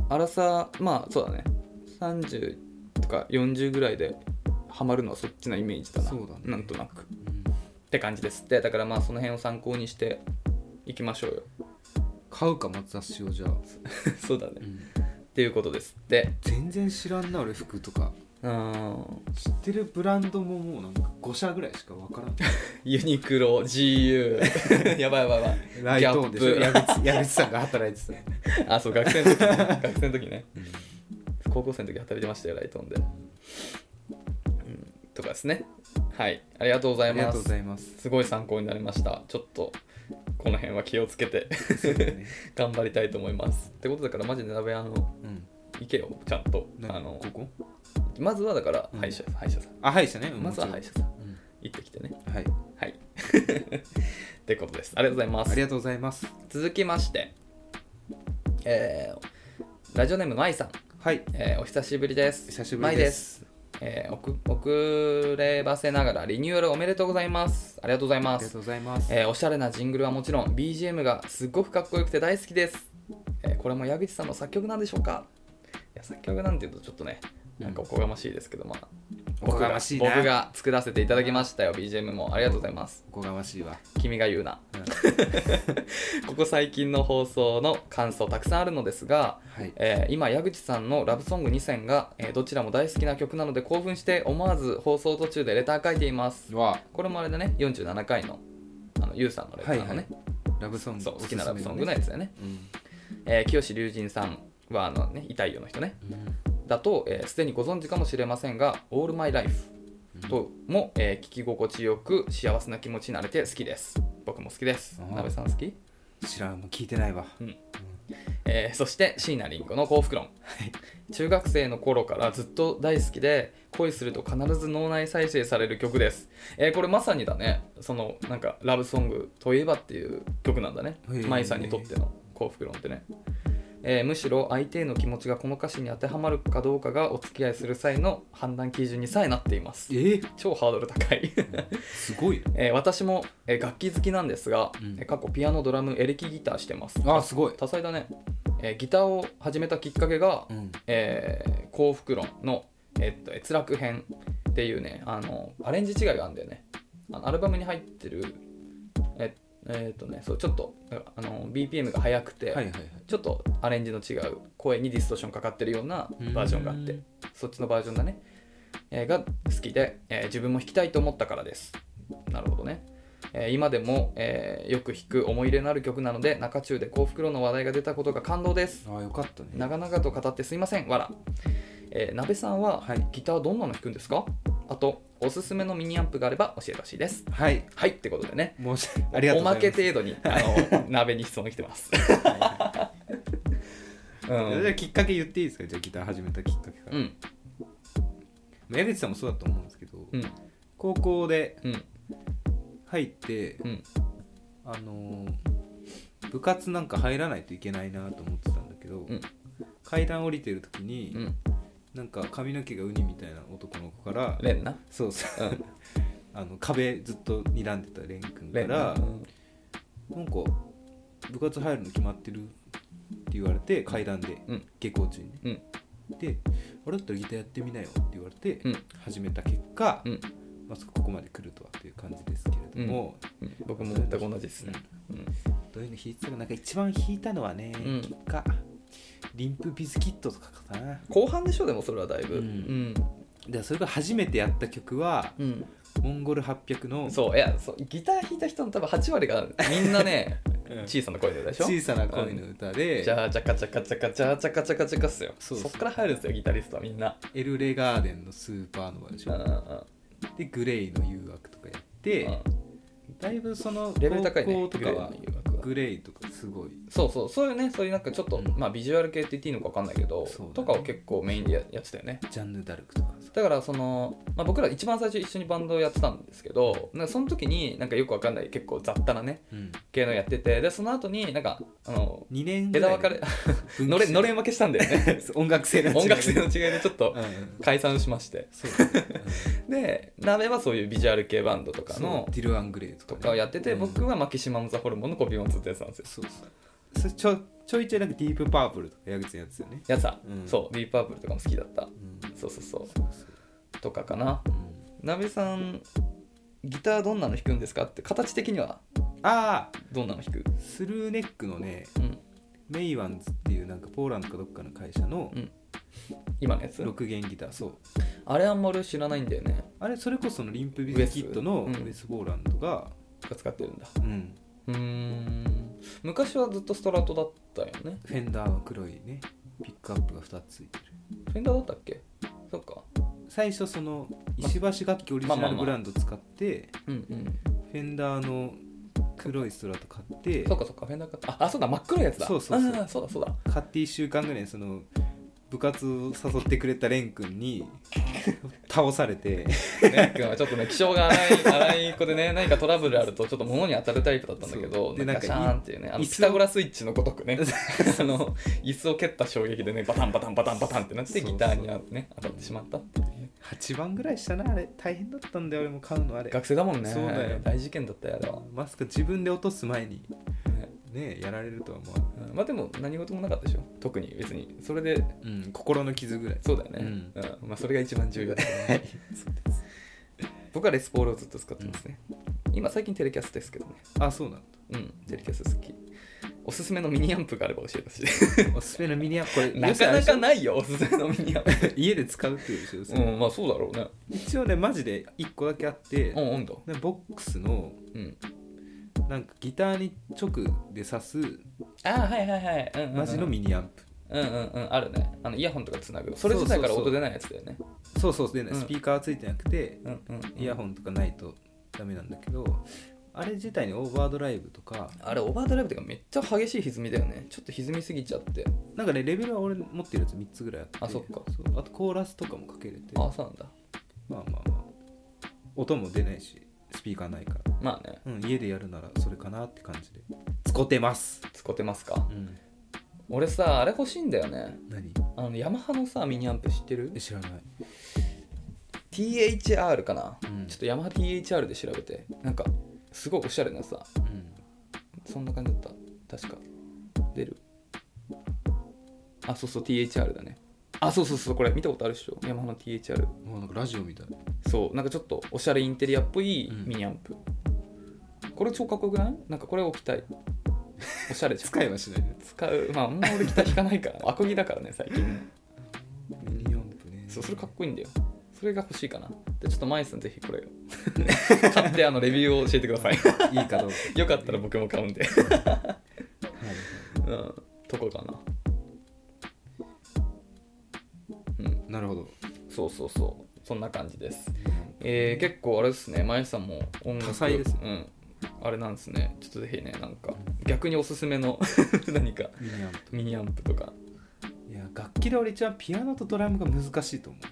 粗さまあそうだね30とか40ぐらいでハマるのはそっちのイメージだな
そうだね
なんとなくっ
うん
て感じですってだからまあその辺を参考にしていきましょうよ
買うか松雑誌をじゃあ、
そうだね
うん
っていうことですって
全然知らんな俺服とか
うーん
知ってるブランドももうなんか5社ぐらいしかわからん
ユニクロ GU やばいやばいやば
ラ
い
イトーンでしょ
ギャ
矢口矢口さんが働いてた
あそう学生の時ね学生の時ね高校生の時働いてましたよライトオンで、うん、とかですねはいありがとうござ
あ
い
りが
ま
とう
す
ございます
すごい参考になりましたちょっとこの辺は気をつけて
そうだね
頑張りたいと思いますってことだからマジで鍋あの
うん
行けよちゃんと
何
あの
ここ
まずはだから
うん
歯医者,、歯医者さん
あ歯医者ねうん
まずは歯医者さん
うん
行ってきてね
はい
はい ってことですありがとうございま
あ
す
りがとうございます
続きましてえーラジオネームまいさん、
はい
えーお久しぶりです
久しぶりです
まいです、えーおく遅ればせながらリニューアルおめでとうございますありがとうござい
あ
ま
りが
す
とうございます
えーおしゃれなジングルはもちろん BGM がすっごくかっこよくて大好きです、えーこれも矢口さんの作曲なんでしょうかいや作曲なんていうとちょっとねなんかおこがましいですけど、まあ、
おこがましいな
僕が僕が作らせていただきましたよ BGM もありがとうございます
おこがましいわ
君が言うな
うん
ここ最近の放送の感想たくさんあるのですが、
はい
えー今矢口さんのラブソング2選が、えーどちらも大好きな曲なので興奮して思わず放送途中でレター書いています
は
これもあれだね47回のあのゆうさんのレターのね、
はいはいラブソング
そう
お
好
す
き
すめ
なラ
の
ブ
ね
ソングのやつだよね。
うん
えー清志隆神さんはあの、ね、イタイよの人ね。だと、えーすでにご存知かもしれませんが、All My Life とも、えー聞き心地よく幸せな気持ちになれて好きです。僕も好きです
あ。ー
なべさん好き、
知らんもう聞いてないわ
えーそして、椎名林檎の幸福論。中学生の頃からずっと大好きで、恋すると必ず脳内再生される曲です。えーこれまさにだね、そのなんかラブソングといえばっていう曲なんだね
へー。
マイさんにとっての幸福論ってね。えーむしろ相手への気持ちがこの歌詞に当てはまるかどうかがお付き合いする際の判断基準にさえなっています
え。ー
超ハードル高い。
すごいね
えー私も、えー楽器好きなんですが、
うん
えー過去ピアノドラムエレキギターしてます
あすごい
多彩だね、えーギターを始めたきっかけが「
うん
えー幸福論の」えっと閲楽編っていうねあのアレンジ違いがあるんだよねあのアルバムに入ってるええーっとねそうちょっとあの BPM が速くて、
はいはいはい
ちょっとアレンジの違う声にディストーションかかってるようなバージョンがあって
うん
そっちのバージョンだねえーが好きで、えー自分も弾きたいと思ったからです。なるほどね。えー今でも、えーよく弾く思い入れのある曲なので中中で幸福論の話題が出たことが感動です。
ああよかったね
長々と語ってすいませんわら、えー、鍋さんは、
はい
ギターどんなの弾くんですかあとおすすめのミニアンプがあれば教えてほしいです
はい
はいってことでね
申し ありがとう
お
ございます
まけ程度にあ の鍋に質問来てます、う
じゃあ
ん、
きっかけ言っていいですかじゃあギター始めたきっかけから、
うん
まあ江口さんもそうだと思うんですけど、
うん
高校で
うん
入って、
うん
あのー部活なんか入らないといけないなと思ってたんだけど、
うん
階段降りてる時に、
うん
なんか髪の毛がウニみたいな男の子から、
レンな
そうそう、あの壁ずっと睨んでた蓮くんか
レンな
らなんか部活入るの決まってるって言われて階段で、
うん
下校中にね、
うん
で「あれだったらギターやってみなよ」って言われて
うん
始めた結果、
うん
まさかここまで来るとはという感じですけれども、
うん僕も全く同じですね、うん
どういうの弾いてたかなんか一番弾いたのはね、
うん
結果リンプビズキットとかかな
後半でしょでもそれはだいぶう
うんん、でそれが初めてやった曲は
うん
モンゴル800の
そういやそうギター弾いた人の多分8割がみんなね
うん
小さな声ででしょ
小さな恋の歌で、
じゃあじゃかじゃかじゃかじゃじゃかじゃかじゃかっすよ
そ
そう
そう
っから入るんですよギタリストはみんな
エルレガーデンのスーパーノヴァでし
うんうん
ょ
うん
でグレイの誘惑とかやって、
うん
だいぶその
レベル高いね
高校とかは
グレイの誘惑は
グレイとかすごい
そうそうそういうねそういうなんかちょっと、
うん
まあビジュアル系って言っていいのか分かんないけど、
そうだね
とかを結構メインでややってたよね
ジャンヌ・ダルクとかさ
だからその、まあ、僕ら一番最初一緒にバンドをやってたんですけどなんかその時になんかよく分かんない結構雑多なね
うん、
系のやっててでその後になんかあの
2年ぐら
枝
い
分かれ
分岐
のれのれん分けしたんだよね
音楽性の 違い
音楽性の違いでちょっと
うんうん
解散しまして
そうだねうん
で鍋はそういうビジュアル系バンドとかの
そうディル・アングレイとか,、
とかをやってて、
うん
僕はマキシマム・ザ・ホルモンのコピーをずっとやってたんです
そ
よ。
うそうそれちょちょいちょいなんかディープパープルとか矢口のやつよね、
やつは、
うん
そう、ディープパープルとかも好きだった。
うん、
そうそうそう。
そうそう
とかかな。
うん
なべさん、ギターどんなの弾くんですかって、形的には
ああ
どんなの弾く
スルーネックのね
うん。
メイワンズっていうなんかポーランドかどっかの会社の
うん今のやつ
6弦ギターそう
あれあんまり知らないんだよね。
あれそれこそそのリンプビズキットの
ウ
ウ
ェスうん
ェス・ボーランドが、
が使ってるんだ。
うん、
うーん。昔はずっとストラトだったよね。
フェンダーの黒いねピックアップが2つついてる
フェンダーだったっけそっか。
最初その石橋楽器オリジナルブランド使って
うんうん。
フェンダーの黒いストラト買って
そっかそっか、フェンダーか。あ、あそうだ、真っ黒いやつだ。
そうそうそう
あーそうだそうだ。
買って1週間ぐらいその部活を誘ってくれた蓮くん に倒されて
ね、君はちょっとね気性が荒い 荒い子でね何かトラブルあるとちょっと物に当たるタイプだったんだけ
そ
ど
うで
なん
なん
か
か
シャーンっていうねあ
椅
の
子を
ピタゴラスイッチのごと くねあの椅子を蹴った衝撃でねバタンバタンバタンバタンってなって
そうそう
ギターにあ、ね、当たってしまったっていうね
8番ぐらいしたなあれ大変だったんだよ俺も買うのあれ
学生だもんね
そうだよ
大事件だったよあれは、
マスク自分で落とす前に
ね
ねやられるとは思わな
うんまあでも何事もなかったでしょ特に別にそれで
いうん心の傷ぐらい
そうだよね、
うん
うんまあ、それが一番重要だ よね僕はレスポールをずっと使ってますね、今最近テレキャスですけどね
あそうなんだ
うんテレキャス好きおすすめのミニアンプがあれば教えてほしい
おすすめのミニアンプこれ
なかな か
な
ないよ、おすすめのミニア ンプ。
家で使うっていうでしょ、それ
うん、まあそうだろうね。
一応ねマジで1個だけあって、
うん、温度。
でボックスの
うん。
なんかギターに直で挿す
ああ、はいはいはい。うんうんうん、
マジのミニアンプ、
うんうんうん、あるね。あのイヤホンとかつなぐ。それ自体から音出ないやつだよね。
そうそうで、ね
うん
スピーカーついてなくて
うんうんうん。
イヤホンとかないとダメなんだけどあれ自体にオーバードライブとか
あれ、オーバードライブとかめっちゃ激しい歪みだよね。ちょっと歪みすぎちゃって。
なんかねレベルは俺持ってるやつ3つぐらいあって
あそっか
そうあとコーラスとかもかけれて
ああ、そうなんだ。
まあまあまあ音も出ないしスピーカーないから
まあね、
うん、家でやるならそれかなって感じで使ってます、
使ってますか
う。ん、
俺さ、あれ欲しいんだよね。
何
あの、ヤマハのさ、ミニアンプ知ってる
え知らない
?THR かな、
うん
ちょっとヤマハ THR で調べて。なんか、すごいおしゃれなさ、
うん
そんな感じだった。確か。出るあ、そうそう、THR だね。あ、そうそうそう、これ見たことあるでしょ。ヤマハの THR。
もうなんかラジオみたい
そう、なんかちょっとおしゃれインテリアっぽい
うん
ミニアンプ。これ超かっこよくないなんかこれ置きたい。おしゃれじゃん。
使いはしないね
使う。まあ、あんま俺 ギター弾かないから。アコギだからね、最近。
ミニアンプね
そう、それかっこいいんだよ。それが欲しいかなでちょっとマイさんぜひこれ 買ってあのレビューを教えてください
いいかどうか
よかったら僕も買うんで
はい
うんとこかなうん
なるほど
そうそうそうそんな感じですえー、結構あれですね、まゆさんも音楽
多彩ですね
うん、あれなんですね、ちょっとぜひね、なんか逆におすすめの 何か
ミニアンプ
ミニアンプとか、
いや楽器で俺一番ピアノとドラムが難しいと思う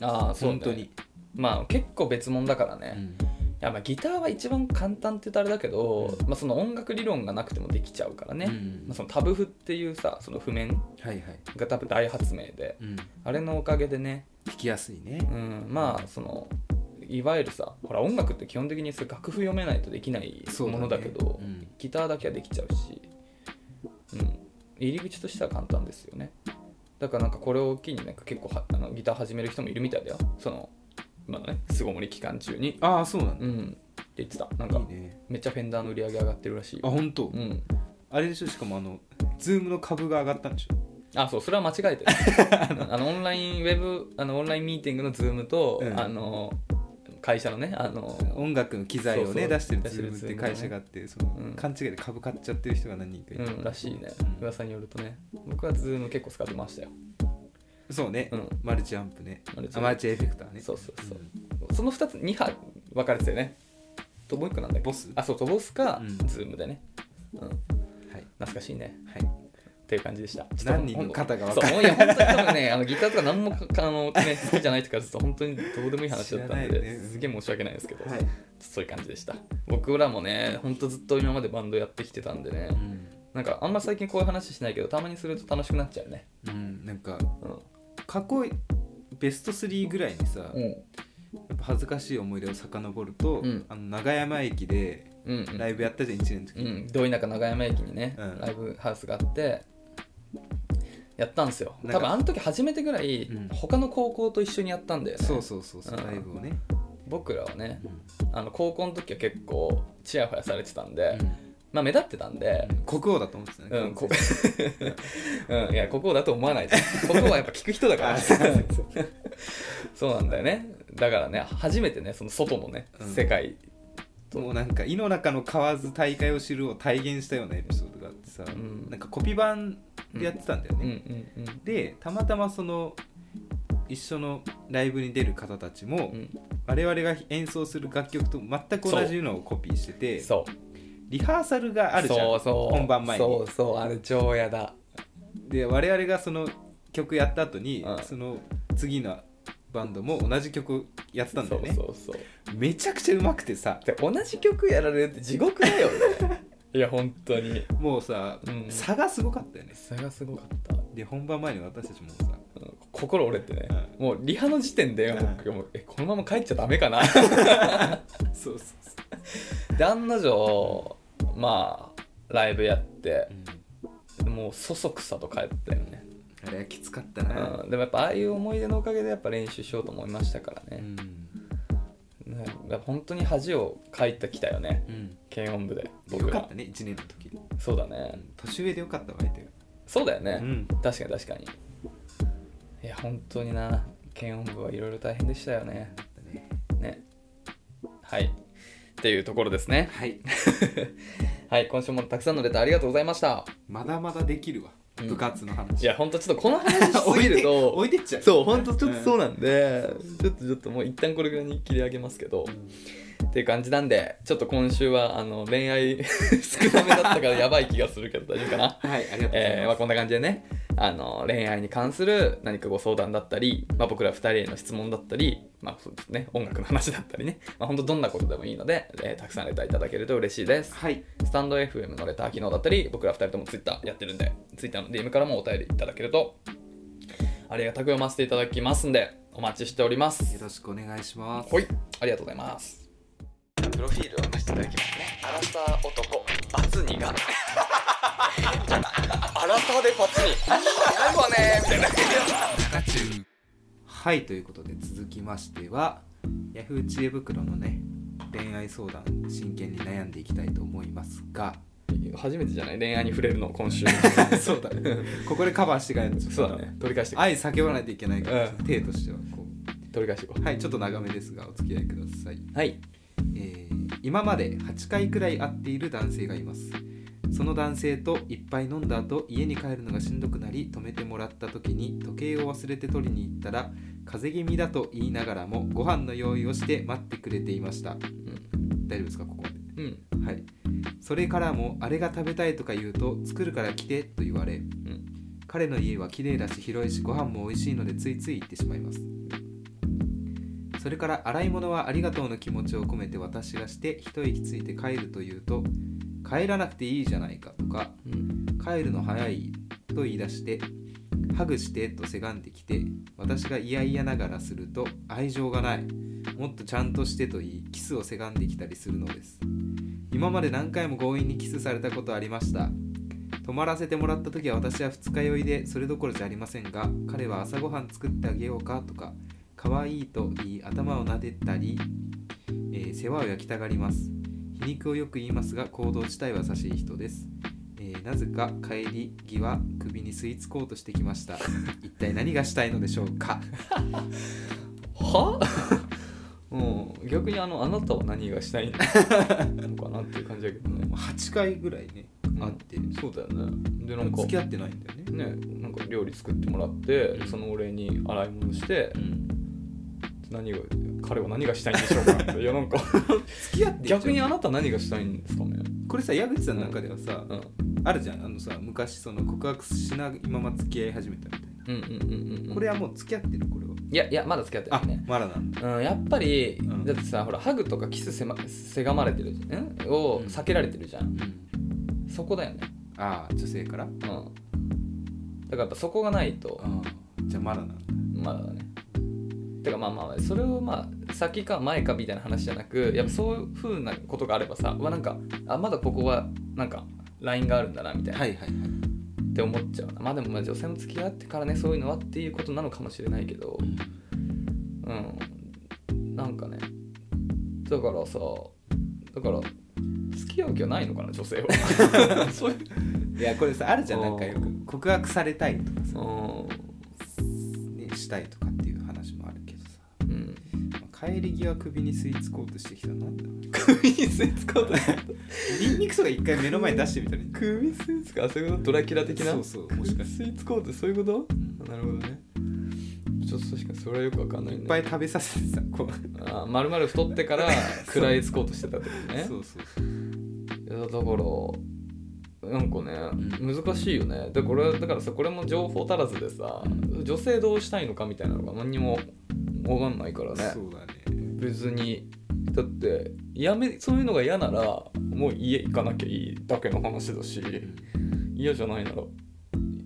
ああ、そう、ね、
本当に、
まあ結構別物だから
う
ね、
ん
やっぱギターは一番簡単って言ったらあれだけど、まあ、その音楽理論がなくてもできちゃうからね、
うん
まあ、そのタブ譜っていうさ、その譜面
はいはい、
が多分大発明で、
うん、
あれのおかげでね、
弾きやすいね、
うん、まあそのいわゆるさほら音楽って基本的にそう楽譜読めないとできない
そうだね
ものだけど
うん
ギターだけはできちゃうし、うん、入り口としては簡単ですよねだからなんかこれを機になんか結構はあのギター始める人もいるみたいだよその今のね巣ごもり期間中に
ああそうなんだ、
うんって言ってたなんか
いいね
めっちゃフェンダーの売り上げ上がってるらしい
あ
よ
本当、
うん
あれでしょしかもあのズームの株が上がったんでしょ
あそうそれは間 違えてるうんあのオンラインウェブあのオンラインミーティングのズームと、
うん
あの会社のねあの
音楽の機材を
そうそ
ね
う
出してる
出して
ズー
る
ムっ
Zoom
て
ね
会社があってその
うん
勘違いで株買っちゃってる人が何人かいて、
うん、らしいね
うん
噂によるとね僕はズーム結構使ってましたよ
そうね、
うん
マルチアンプね
マルチアンプ
あマルチエフェクターね
そうそうそう、
ん
その2つ2波分かれてたよねともう一個なんだっけ
ボス
あそうとボスか、
うん
ズームでねうん
はい、
懐かしいね
はい、
っていう感じでしたちょっと
何人の方が
ほん
分
と
かる
そうもういや本当に多分ねあのギターとか何もかあの、ね、好きじゃないとかずっと本当にどうでもいい話だっ
知ら
たんで、
ないよねうん
すげえ申し訳ないですけど、
はい
ちょっとそういう感じでした僕らもね本当ずっと今までバンドやってきてたんでね、
うん、
なんかあんま最近こういう話しないけどたまにすると楽しくなっちゃうね
うん、なんか
うん
過去ベスト3ぐらいにさ、
う
や
ん
っぱ恥ずかしい思い出を遡ると、
うん
あの長山駅で
うんうん
ライブやったじゃん1年の時、
うん、ど田舎長山駅にね、
うん
ライブハウスがあってやったんですよ
なんか
多分あの時初めてぐらい、
うん
他の高校と一緒にやったんだよね
そうそうそうそう
うん
ライブをね、
僕らはね
うん
あの高校の時は結構チヤホヤされてたんで、まあ目立ってたんで、
国王だと思ってたね
うん、こ
完全に
うん、いや、国王だと思 わないで。国王はやっぱ聞く人だから。
あそうそう
そうなんだよね。だからね、初めてね、その外のね、
うん
世界。
もうなんか「井の中の河津大会を知る」を体現したようなエピソードがあってさ、
ん
なんかコピー版でやってたんだよ
うんう
ね、
んうん。
でたまたまその一緒のライブに出る方たちも、
うん
我々が演奏する楽曲と全く同じのをコピーしてて
そう。
リハーサルがあるじゃん
そうそう
本番前に
そうそうあれ超やだ
で我々がその曲やった後に、
うん
その次のバンドも同じ曲やってたんだよね
そうそうそう
めちゃくちゃうまくてさ
で同じ曲やられるって地獄だよ ねいや本当に
もうさ、
うん
差がすごかったよね
それがすごかった
で本番前に私たちもさ
うん心折れてね、
う
もうリハの時点で、
うん
僕もうえこのまま帰っちゃダメかな
そうそうそ
で案の定まあライブやって
う、
もうそそくさと帰ったよね、
あれはきつかったな
うん、でもやっぱああいう思い出のおかげでやっぱ練習しようと思いましたから
う
ね、
ん、
ねやっぱ本当に恥をかいてきたよね
うん
軽音部で
よ
僕
か
は
ったね1年の時、
そうだ
う
ね
ん年上でよかったわ相手が、
そうだよね、
うん
確かに確かにいや本当にな検温部はいろいろ大変でしたよね
だったね
ねはいっていうところですね
はい
はい今週もたくさんのレターありがとうございました
まだまだできるわ、
うん
部活の話
いや本当ちょっとこの話しすぎると
置いて置いてっちゃう
そう本当ちょっとそうなんで、ちょっとちょっともう一旦これぐらいに切り上げますけど、っていう感じなんでちょっと今週はあの恋愛 少なめだったからやばい気がするけど大丈夫かな
はいありがとうございます、
えーまあ、こんな感じでねあの恋愛に関する何かご相談だったり、まあ、僕ら2人への質問だったり、まあそうですね、音楽の話だったりね、まあ、本当どんなことでもいいので、えーたくさんレターいただけると嬉しいです
はい
スタンド FM のレター機能だったり僕ら2人とも Twitter やってるんで Twitter の DM からもお便りいただけるとありがたく読ませていただきますんでお待ちしております
よろしくお願いします。
はい、ありがとうございます。プロフィールを出していただきますね。アラサー男、バツニが。アラサーでバツニ。やばねみたいな。
はい、ということで続きましては、ヤフー知恵袋のね、恋愛相談、真剣に悩んでいきたいと思いますが、
初めてじゃない恋愛に触れるの、今週。
そう だね。ここでカバーしていかないと。
そうだね。取り返してくる。
愛叫ばないといけないから、
うん
手としてはこ
取り返しを
はいちょっと長めですがお付き合いください
はい
えー今まで8回くらい会っている男性がいますその男性といっぱい飲んだ後家に帰るのがしんどくなり止めてもらった時に時計を忘れて取りに行ったら風邪気味だと言いながらもご飯の用意をして待ってくれていました
うん
大丈夫ですかここまで
うん
はい、それからもあれが食べたいとか言うと作るから来てと言われ、
ん
彼の家は綺麗だし広いしご飯も美味しいのでついつい行ってしまいますそれから洗い物はありがとうの気持ちを込めて私がして一息ついて帰ると言うと帰らなくていいじゃないかとか
うん
帰るの早いと言い出してハグしてとせがんできて私が嫌々ながらすると愛情がないもっとちゃんとしてと言いキスをせがんできたりするのです今まで何回も強引にキスされたことありました泊まらせてもらった時は私は二日酔いでそれどころじゃありませんが彼は朝ごはん作ってあげようかとか可愛いと言い頭を撫でたり、えー世話を焼きたがります皮肉をよく言いますが行動自体は優しい人ですえーなぜか帰り際首に吸い付こうとしてきました 一体何がしたいのでしょうか
は うん逆にあのあ なたは何がしたいののかなっていう感じだけどね
8回ぐらいねあって、
そうだよねでなんか
付き合ってないんだよね、
ねなんか料理作ってもらってそのお礼に洗い物して何が彼は何がしたいんでしょうか いやなんか
付き合って
逆にあ
あ
なた何がしたいんですかね
これさ矢口さんなんかではさ、
うん
あるじゃんあのさ昔その告白しないまま付き合い始めたみたいな、
うんうんうんうん
これはもう付き合ってるこれはい
やいやまだ付き合ってな
あ
いね
まだなんだ
うん、やっぱり、
うん
だってさほらハグとかキスせ,、ま、せがまれてるじゃんんを避けられてるじゃん、そこだよね
ああ女性から
うんだからやっぱそこがないと、
あーじゃあまだなんだ
まだだねてかまあまあそれをまあ先か前かみたいな話じゃなくやっぱそういうふうなことがあればさ、うわなんかあまだここはなんかラインがあるんだなみたいな、
はいはいはい
って思っちゃうなまあでもまあ女性も付き合ってからねそういうのはっていうことなのかもしれないけど、うんなんかねだからさだから付き合う気はないのかな女性は そういう
いやこれさあるじゃん
あー
なんかよく告白されたいとかさ、
う
ね、したいとかっていう話もあるけどさ
ん
まあ帰り際首に吸い付こうとしてきたのなんだろう
首吸い付こうと
ニンニクとか一回目の前に出してみたらいいんじゃない
首吸い付こうあそういうことドラキュラ的な
そうそうもしかし
吸い付こうってそういうこと、
ん
なるほどねちょっと確かにそれはよくわかんないいね
っぱい食べさせてさこう、
あーまるまる太っ てから食らいつこうとしてたってことね
そうそうそう
いやだからなんかね、
ん
難しいよねでこれだからさこれも情報足らずでさ女性どうしたいのかみたいなのが何にも分かんないからね
そうだね
別にだってやめそういうのが嫌ならもう家行かなきゃいいだけの話だし嫌じゃないなら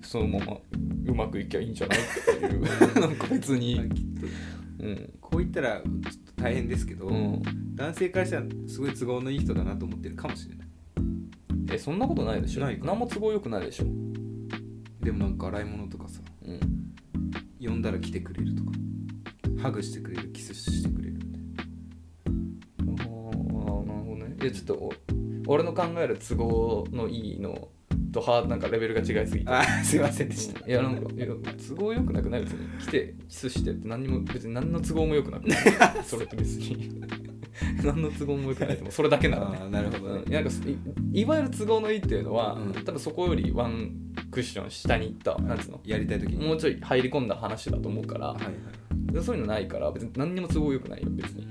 そのままうまくいきゃいいんじゃないっていう なんか別
まあ
に
きっと
うん
こう言ったらちょっと大変ですけど、
うん
男性からしたらすごい都合のいい人だなと思ってるかもしれない
えそんなことないでしょ
ないか
何も都合よくないでしょ
でもなんか洗い物とかさ
うん
呼んだら来てくれるとかハグしてくれるキスしてくれるみたいな
あーなるほどねいやちょっとお俺の考える都合のいいのとはなんかレベルが違いすぎて
あーすいませんでした、
うんいやなんかいや都合よくなくない別に来てキスしてって何にも別に何の都合もよくな くないそれって別に何の都合もよくないでもそれだけなら
あ
ね
ーなるほどね
うんなんかそいいわゆる都合のいいっていうのは、
うん
多分そこよりワンクッション下に行ったなんつうの
やりたい時に
もうちょい入り込んだ話だと思うから、
はいはい
でそういうのないから別に何にも都合よくないよ別に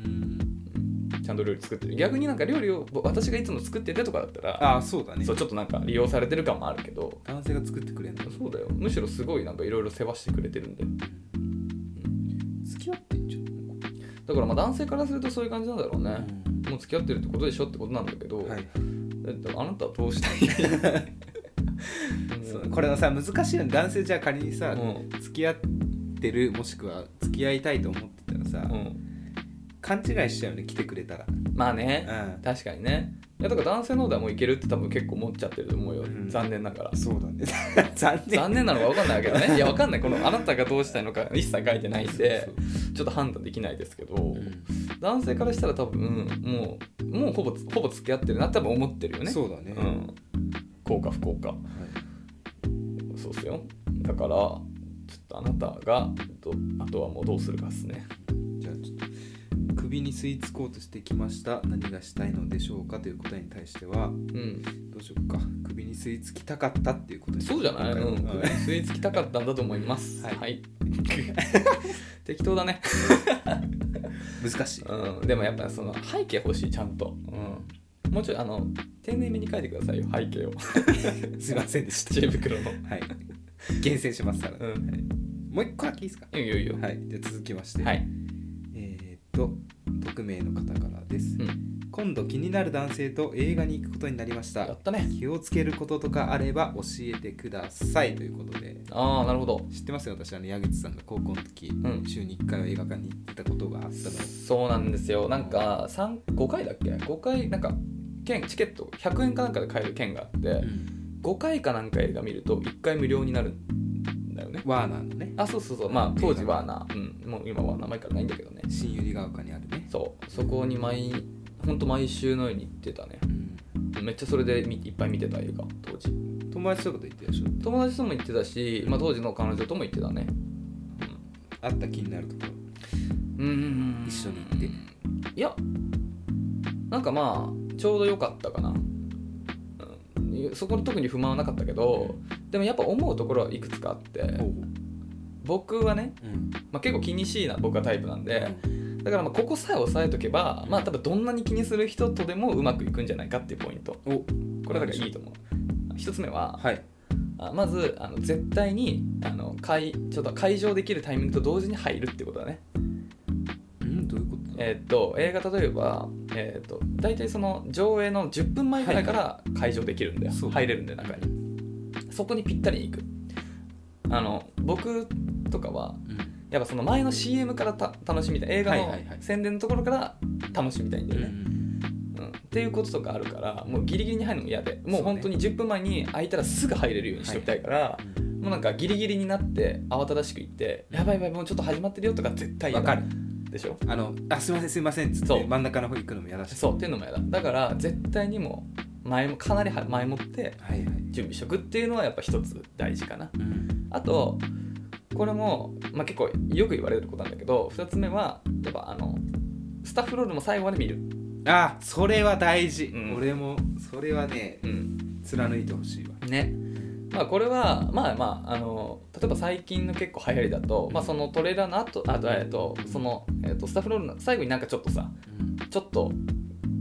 ちゃんと料理作ってる逆になんか料理をぼ私がいつも作っててとかだったら
ああそうだね
そうちょっとなんか利用されてる感もあるけど
男性が作ってくれるの
そうだよむしろすごいなんかいろいろ世話してくれてるんで
付き合ってんじゃん
だからまあ男性からするとそういう感じなんだろうね、もう付き合ってるってことでしょってことなんだけど、
はい、
だってあなたはどうしたいうん
そうこれはさ難しいよね男性じゃあ仮にさ、
うん
付き合ってるもしくは付き合いたいと思ってたらさ、
うん
勘違いしちゃうよね来てくれたら、
まあね、
う
確かにねいやだから男性の方ではもういけるって多分結構思っちゃってると思うよ、
ん
残念ながら
ん、そうだね 残念
残念なのか分かんないけどねいや分かんないこのあなたがどうしたいのか一切書いてないんで
そう
ちょっと判断できないですけど、
そう
男性からしたら多分もうもうほぼほぼ付き合ってるなって多分思ってるよね
そうだね、
ん、幸か不幸かそうっすよだからちょっとあなたがどあとはもうどうするかっすね
首に吸い付こうとしてきました何がしたいのでしょうかという答えに対しては
うん、
どうしようか首に吸い付きたかったっていうことに
そうじゃない、
今
う
回
ん、
は
首に吸い付きたかったんだと思い ます。
はい
適当だね、
難しい、
うん、でもやっぱその背景欲しいちゃんと、うん、もうちょいあの丁寧めに書いてくださいよ背景を
すいませんでし
知恵袋の
たはい厳選しますから、
う
はいもう一個だけいいですか
いいよいいよ
はいじゃあ続きまして、
はい、
えーっと匿名の方からです、
うん、
今度気になる男性と映画に行くことになりまし
や
た
ったね
気をつけることとかあれば教えてくださいということで
ああなるほど
知ってますよ私あの矢口さんが高校の時、
ん
週に1回は映画館に行ったことがあったの
そうなんですよなんか三5回だっけ5回なんか券チケット100円かなんかで買える券があって、5回かなんか映画見ると1回無料になるんだよね
ワーナーのね
あそうそうそうまあ当時はな、うん、もう今は名前からないんだけどね
新百合ヶ丘にあるね、
そうそこに毎ほんと毎週のように行ってたねめっちゃそれでみいっぱい見てた映画当時
友達とかと行ってたでしょ
友達とも行ってたし、まあ、当時の彼女とも行ってたね
あった気になるところ
うんうん
一緒に行って
いやなんかまあちょうど良かったかな、うん、そこに特に不満はなかったけどでもやっぱ思うところはいくつかあって僕はね、
うん
まあ、結構気にしいな僕はタイプなんでだからまあここさえ押さえとけばまあ多分どんなに気にする人とでもうまくいくんじゃないかっていうポイント
お
これだからいいと思う一つ目は、
はい
あまずあの絶対にあの会ちょっと会場できるタイミングと同時に入るってことだね
うんどういうことだ
えーっと映画例えば、えーっと大体その上映の10分前ぐらいから会場できるんだよ、
そう
入れるんで中にそこにぴったりに行くあの僕とかは
うん
やっぱその前の CM からた楽しみたい映画
はい
の
はいはい
宣伝のところから楽しみたいんだ
う
よね、
ん
うんっていうこととかあるからもうギリギリに入るのも嫌でも
そううね
本当に10分前に空いたらすぐ入れるようにしておきたいから、もうなんかギリギリになって慌ただしく行って「やばいやばいもうちょっと始まってるよ」とか絶対
わ
嫌
か
だ
る
でしょ
あのあすいませんすいませんっつっ
そ
て
う
真ん中の方行くのも嫌だし
そうっていうのも嫌だだから絶対にもう前もかなりは前もって
はいはい
準備しとくっていうのはやっぱ一つ大事かな
うん
あとこれも、まあ、結構よく言われることなんだけど2つ目はやっぱあのスタッフロールも最後まで見る、
あそれは大事、
うん
俺もそれはね
うん、
貫いてほしいわ
ねまあこれはまあまああの例えば最近の結構流行りだと、まあ、そのトレーラーの後あとえっとその、えっとスタッフロールの最後になんかちょっとさちょっと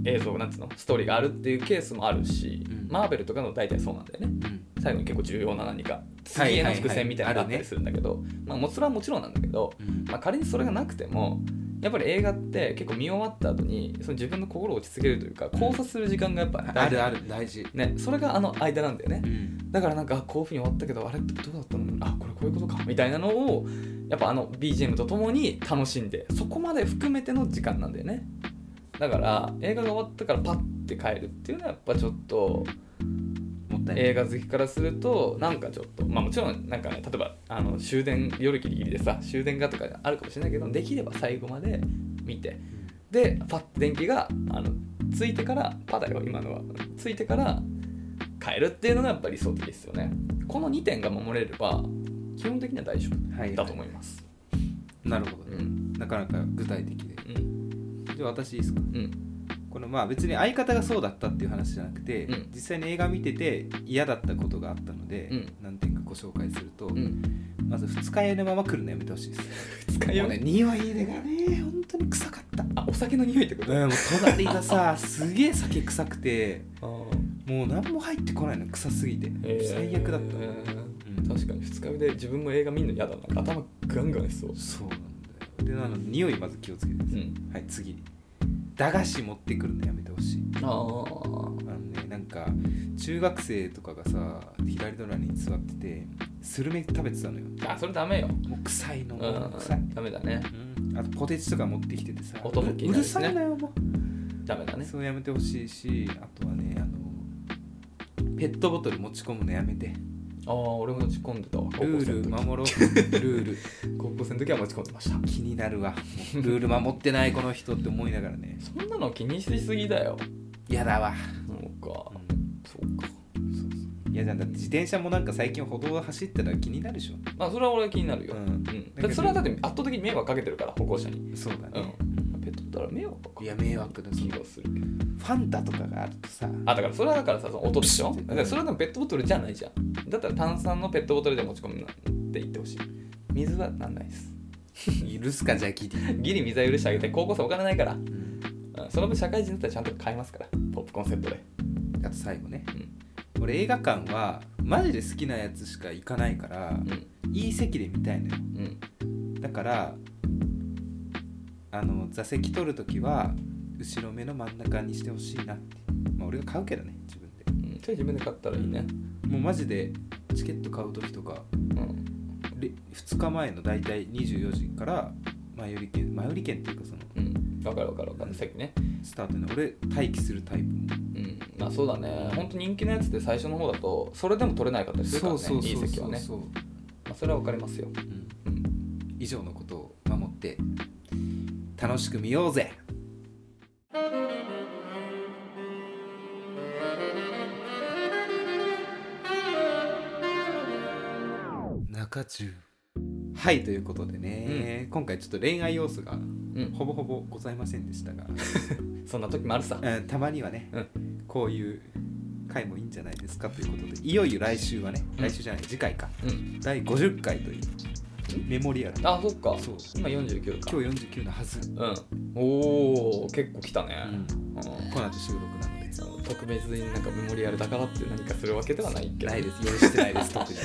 映像なんつうのストーリーがあるっていうケースもあるし、
うん
マーベルとかの大体そうなんだよね
うん
最後に結構重要な何か
はい
次への伏線みたいなのがあったりするんだけど、まあもちろんもちろんなんだけど、
うん
まあ、仮にそれがなくてもやっぱり映画って結構見終わった後にその自分の心を落ち着けるというか考察する時間がやっぱ
あ
大事
るある大事
ね、それがあの間なんだよね
うん
だからなんかあこういうふうに終わったけどあれってどうだったのあこれこういうことかみたいなのをやっぱあの BGM とともに楽しんでそこまで含めての時間なんだよねだから映画が終わったからパッて帰るっていうのはやっぱちょっと
もったいない
映画好きからするとなんかちょっとまあもちろんなんかね例えばあの終電夜ギリギリでさ終電がとかあるかもしれないけどできれば最後まで見てでパッて電気があのついてからパだよ今のはついてから変えるっていうのがやっぱり理想的ですよねこの2点が守れれば基本的には大丈
は
夫
い
だと思います、
なるほど、
う
ね
ん
なかなか具体的で
うん
じゃあ私いいですか
うん
このまあ別に相方がそうだったっていう話じゃなくて、
うん
実際に映画見てて嫌だったことがあったので、
うん
何点かご紹介すると、
うん
まず二日酔いのまま来るのやめてほしいです
使い
も
よ
う
う
ね
ね
匂いでがね本当に臭かった
あお酒の匂いってこと、
うんもう隣がさすげえ酒臭くてもう何も入ってこないの臭すぎて、
えー
最悪だった、うん
確かに2日目で自分も映画見るの嫌だな頭ガンガンしそう
そうなんだよでなので匂いまず気をつけてください
うん
はい次駄菓子持ってくるのやめてほしい
ああ
あのねなんか中学生とかがさ左隣に座っててスルメ食べてたのよ
あそれダメよ
もう臭いの
う
も
ん
う臭い、
ダメだね
うんあとポテチとか持ってきててさ
音も気に
う
な
る
るし
さ
ね
いなよも
ダメだ
う、
ね
そうやめてほしいしあとはねあのペットボトル持ち込むのやめて
ああ俺も持ち込んでたわ高
ル
校生
ール
の時
守ろうルール
高校生の時は持ち込んでました
気になるわもうルール守ってないこの人って思いながらね
そんなの気にしすぎだよ。
嫌だわ
そうか。そうか。
嫌じゃんだって自転車もなんか最近歩道を走ったら気になるでしょ
まあ、それは俺は気になるよ。
う
うんん。だってそれはだって圧倒的に迷惑かけてるから、歩行者に。
そうだね、
うんペ受け取ったら迷惑か
いや迷惑だ
気がするけど
ファンタとかがあるとさ
あだからそれはだからさその音でしょだからそれはでもペットボトルじゃないじゃんだったら炭酸のペットボトルで持ち込むなんて言ってほしい水はなんないです
許すかじゃあギリ、
ギリ水は許してあげて高校生お金ないから、う
うん、
ん、その分社会人だったらちゃんと買いますからポップコーンセットで
あと最後ね
うん
俺映画館はマジで好きなやつしか行かないから、
うん
いい席で見たいのよ
うん
だからあの座席取るときは後ろ目の真ん中にしてほしいなってまあ俺が買うけどね自分で
うんそれ自分で買ったらいいね
もうマジでチケット買うときとか
うん
れ2日前の大体24時から前売り券前売り券っていうかその
うんわかるわかるわかる席ね
スタートね俺待機するタイプ
うんまあそうだね本当人気のやつって最初の方だとそれでも取れないかったりするからねいい席はね、
そう、
まあ、それはわかりますよ
うん
うん
以上のことを守って楽しく見ようぜ中中はいということでね、今回ちょっと恋愛要素が
うん
ほぼほぼございませんで したが、
そんな時もあるさ
うんたまにはね、
うん
こういう回もいいんじゃないですかということでいよいよ来週はね
うん
来週じゃない次回か
うん
第50回というメモリアル
あそっか
そう
今49か
今日49のはず、
うんおお結構来たね、うん
この後収録なので
特別になんかメモリアルだからって何かするわけではないけど
ないです用意してない です特に、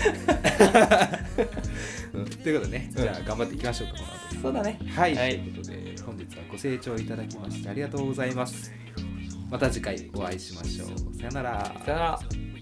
うんということでねじゃあ頑張っていきましょうかこの後
そうだね
はい、
はい
ということで本日はご清聴いただきましてありがとうございますまた次回お会いしましょうさよなら
さよなら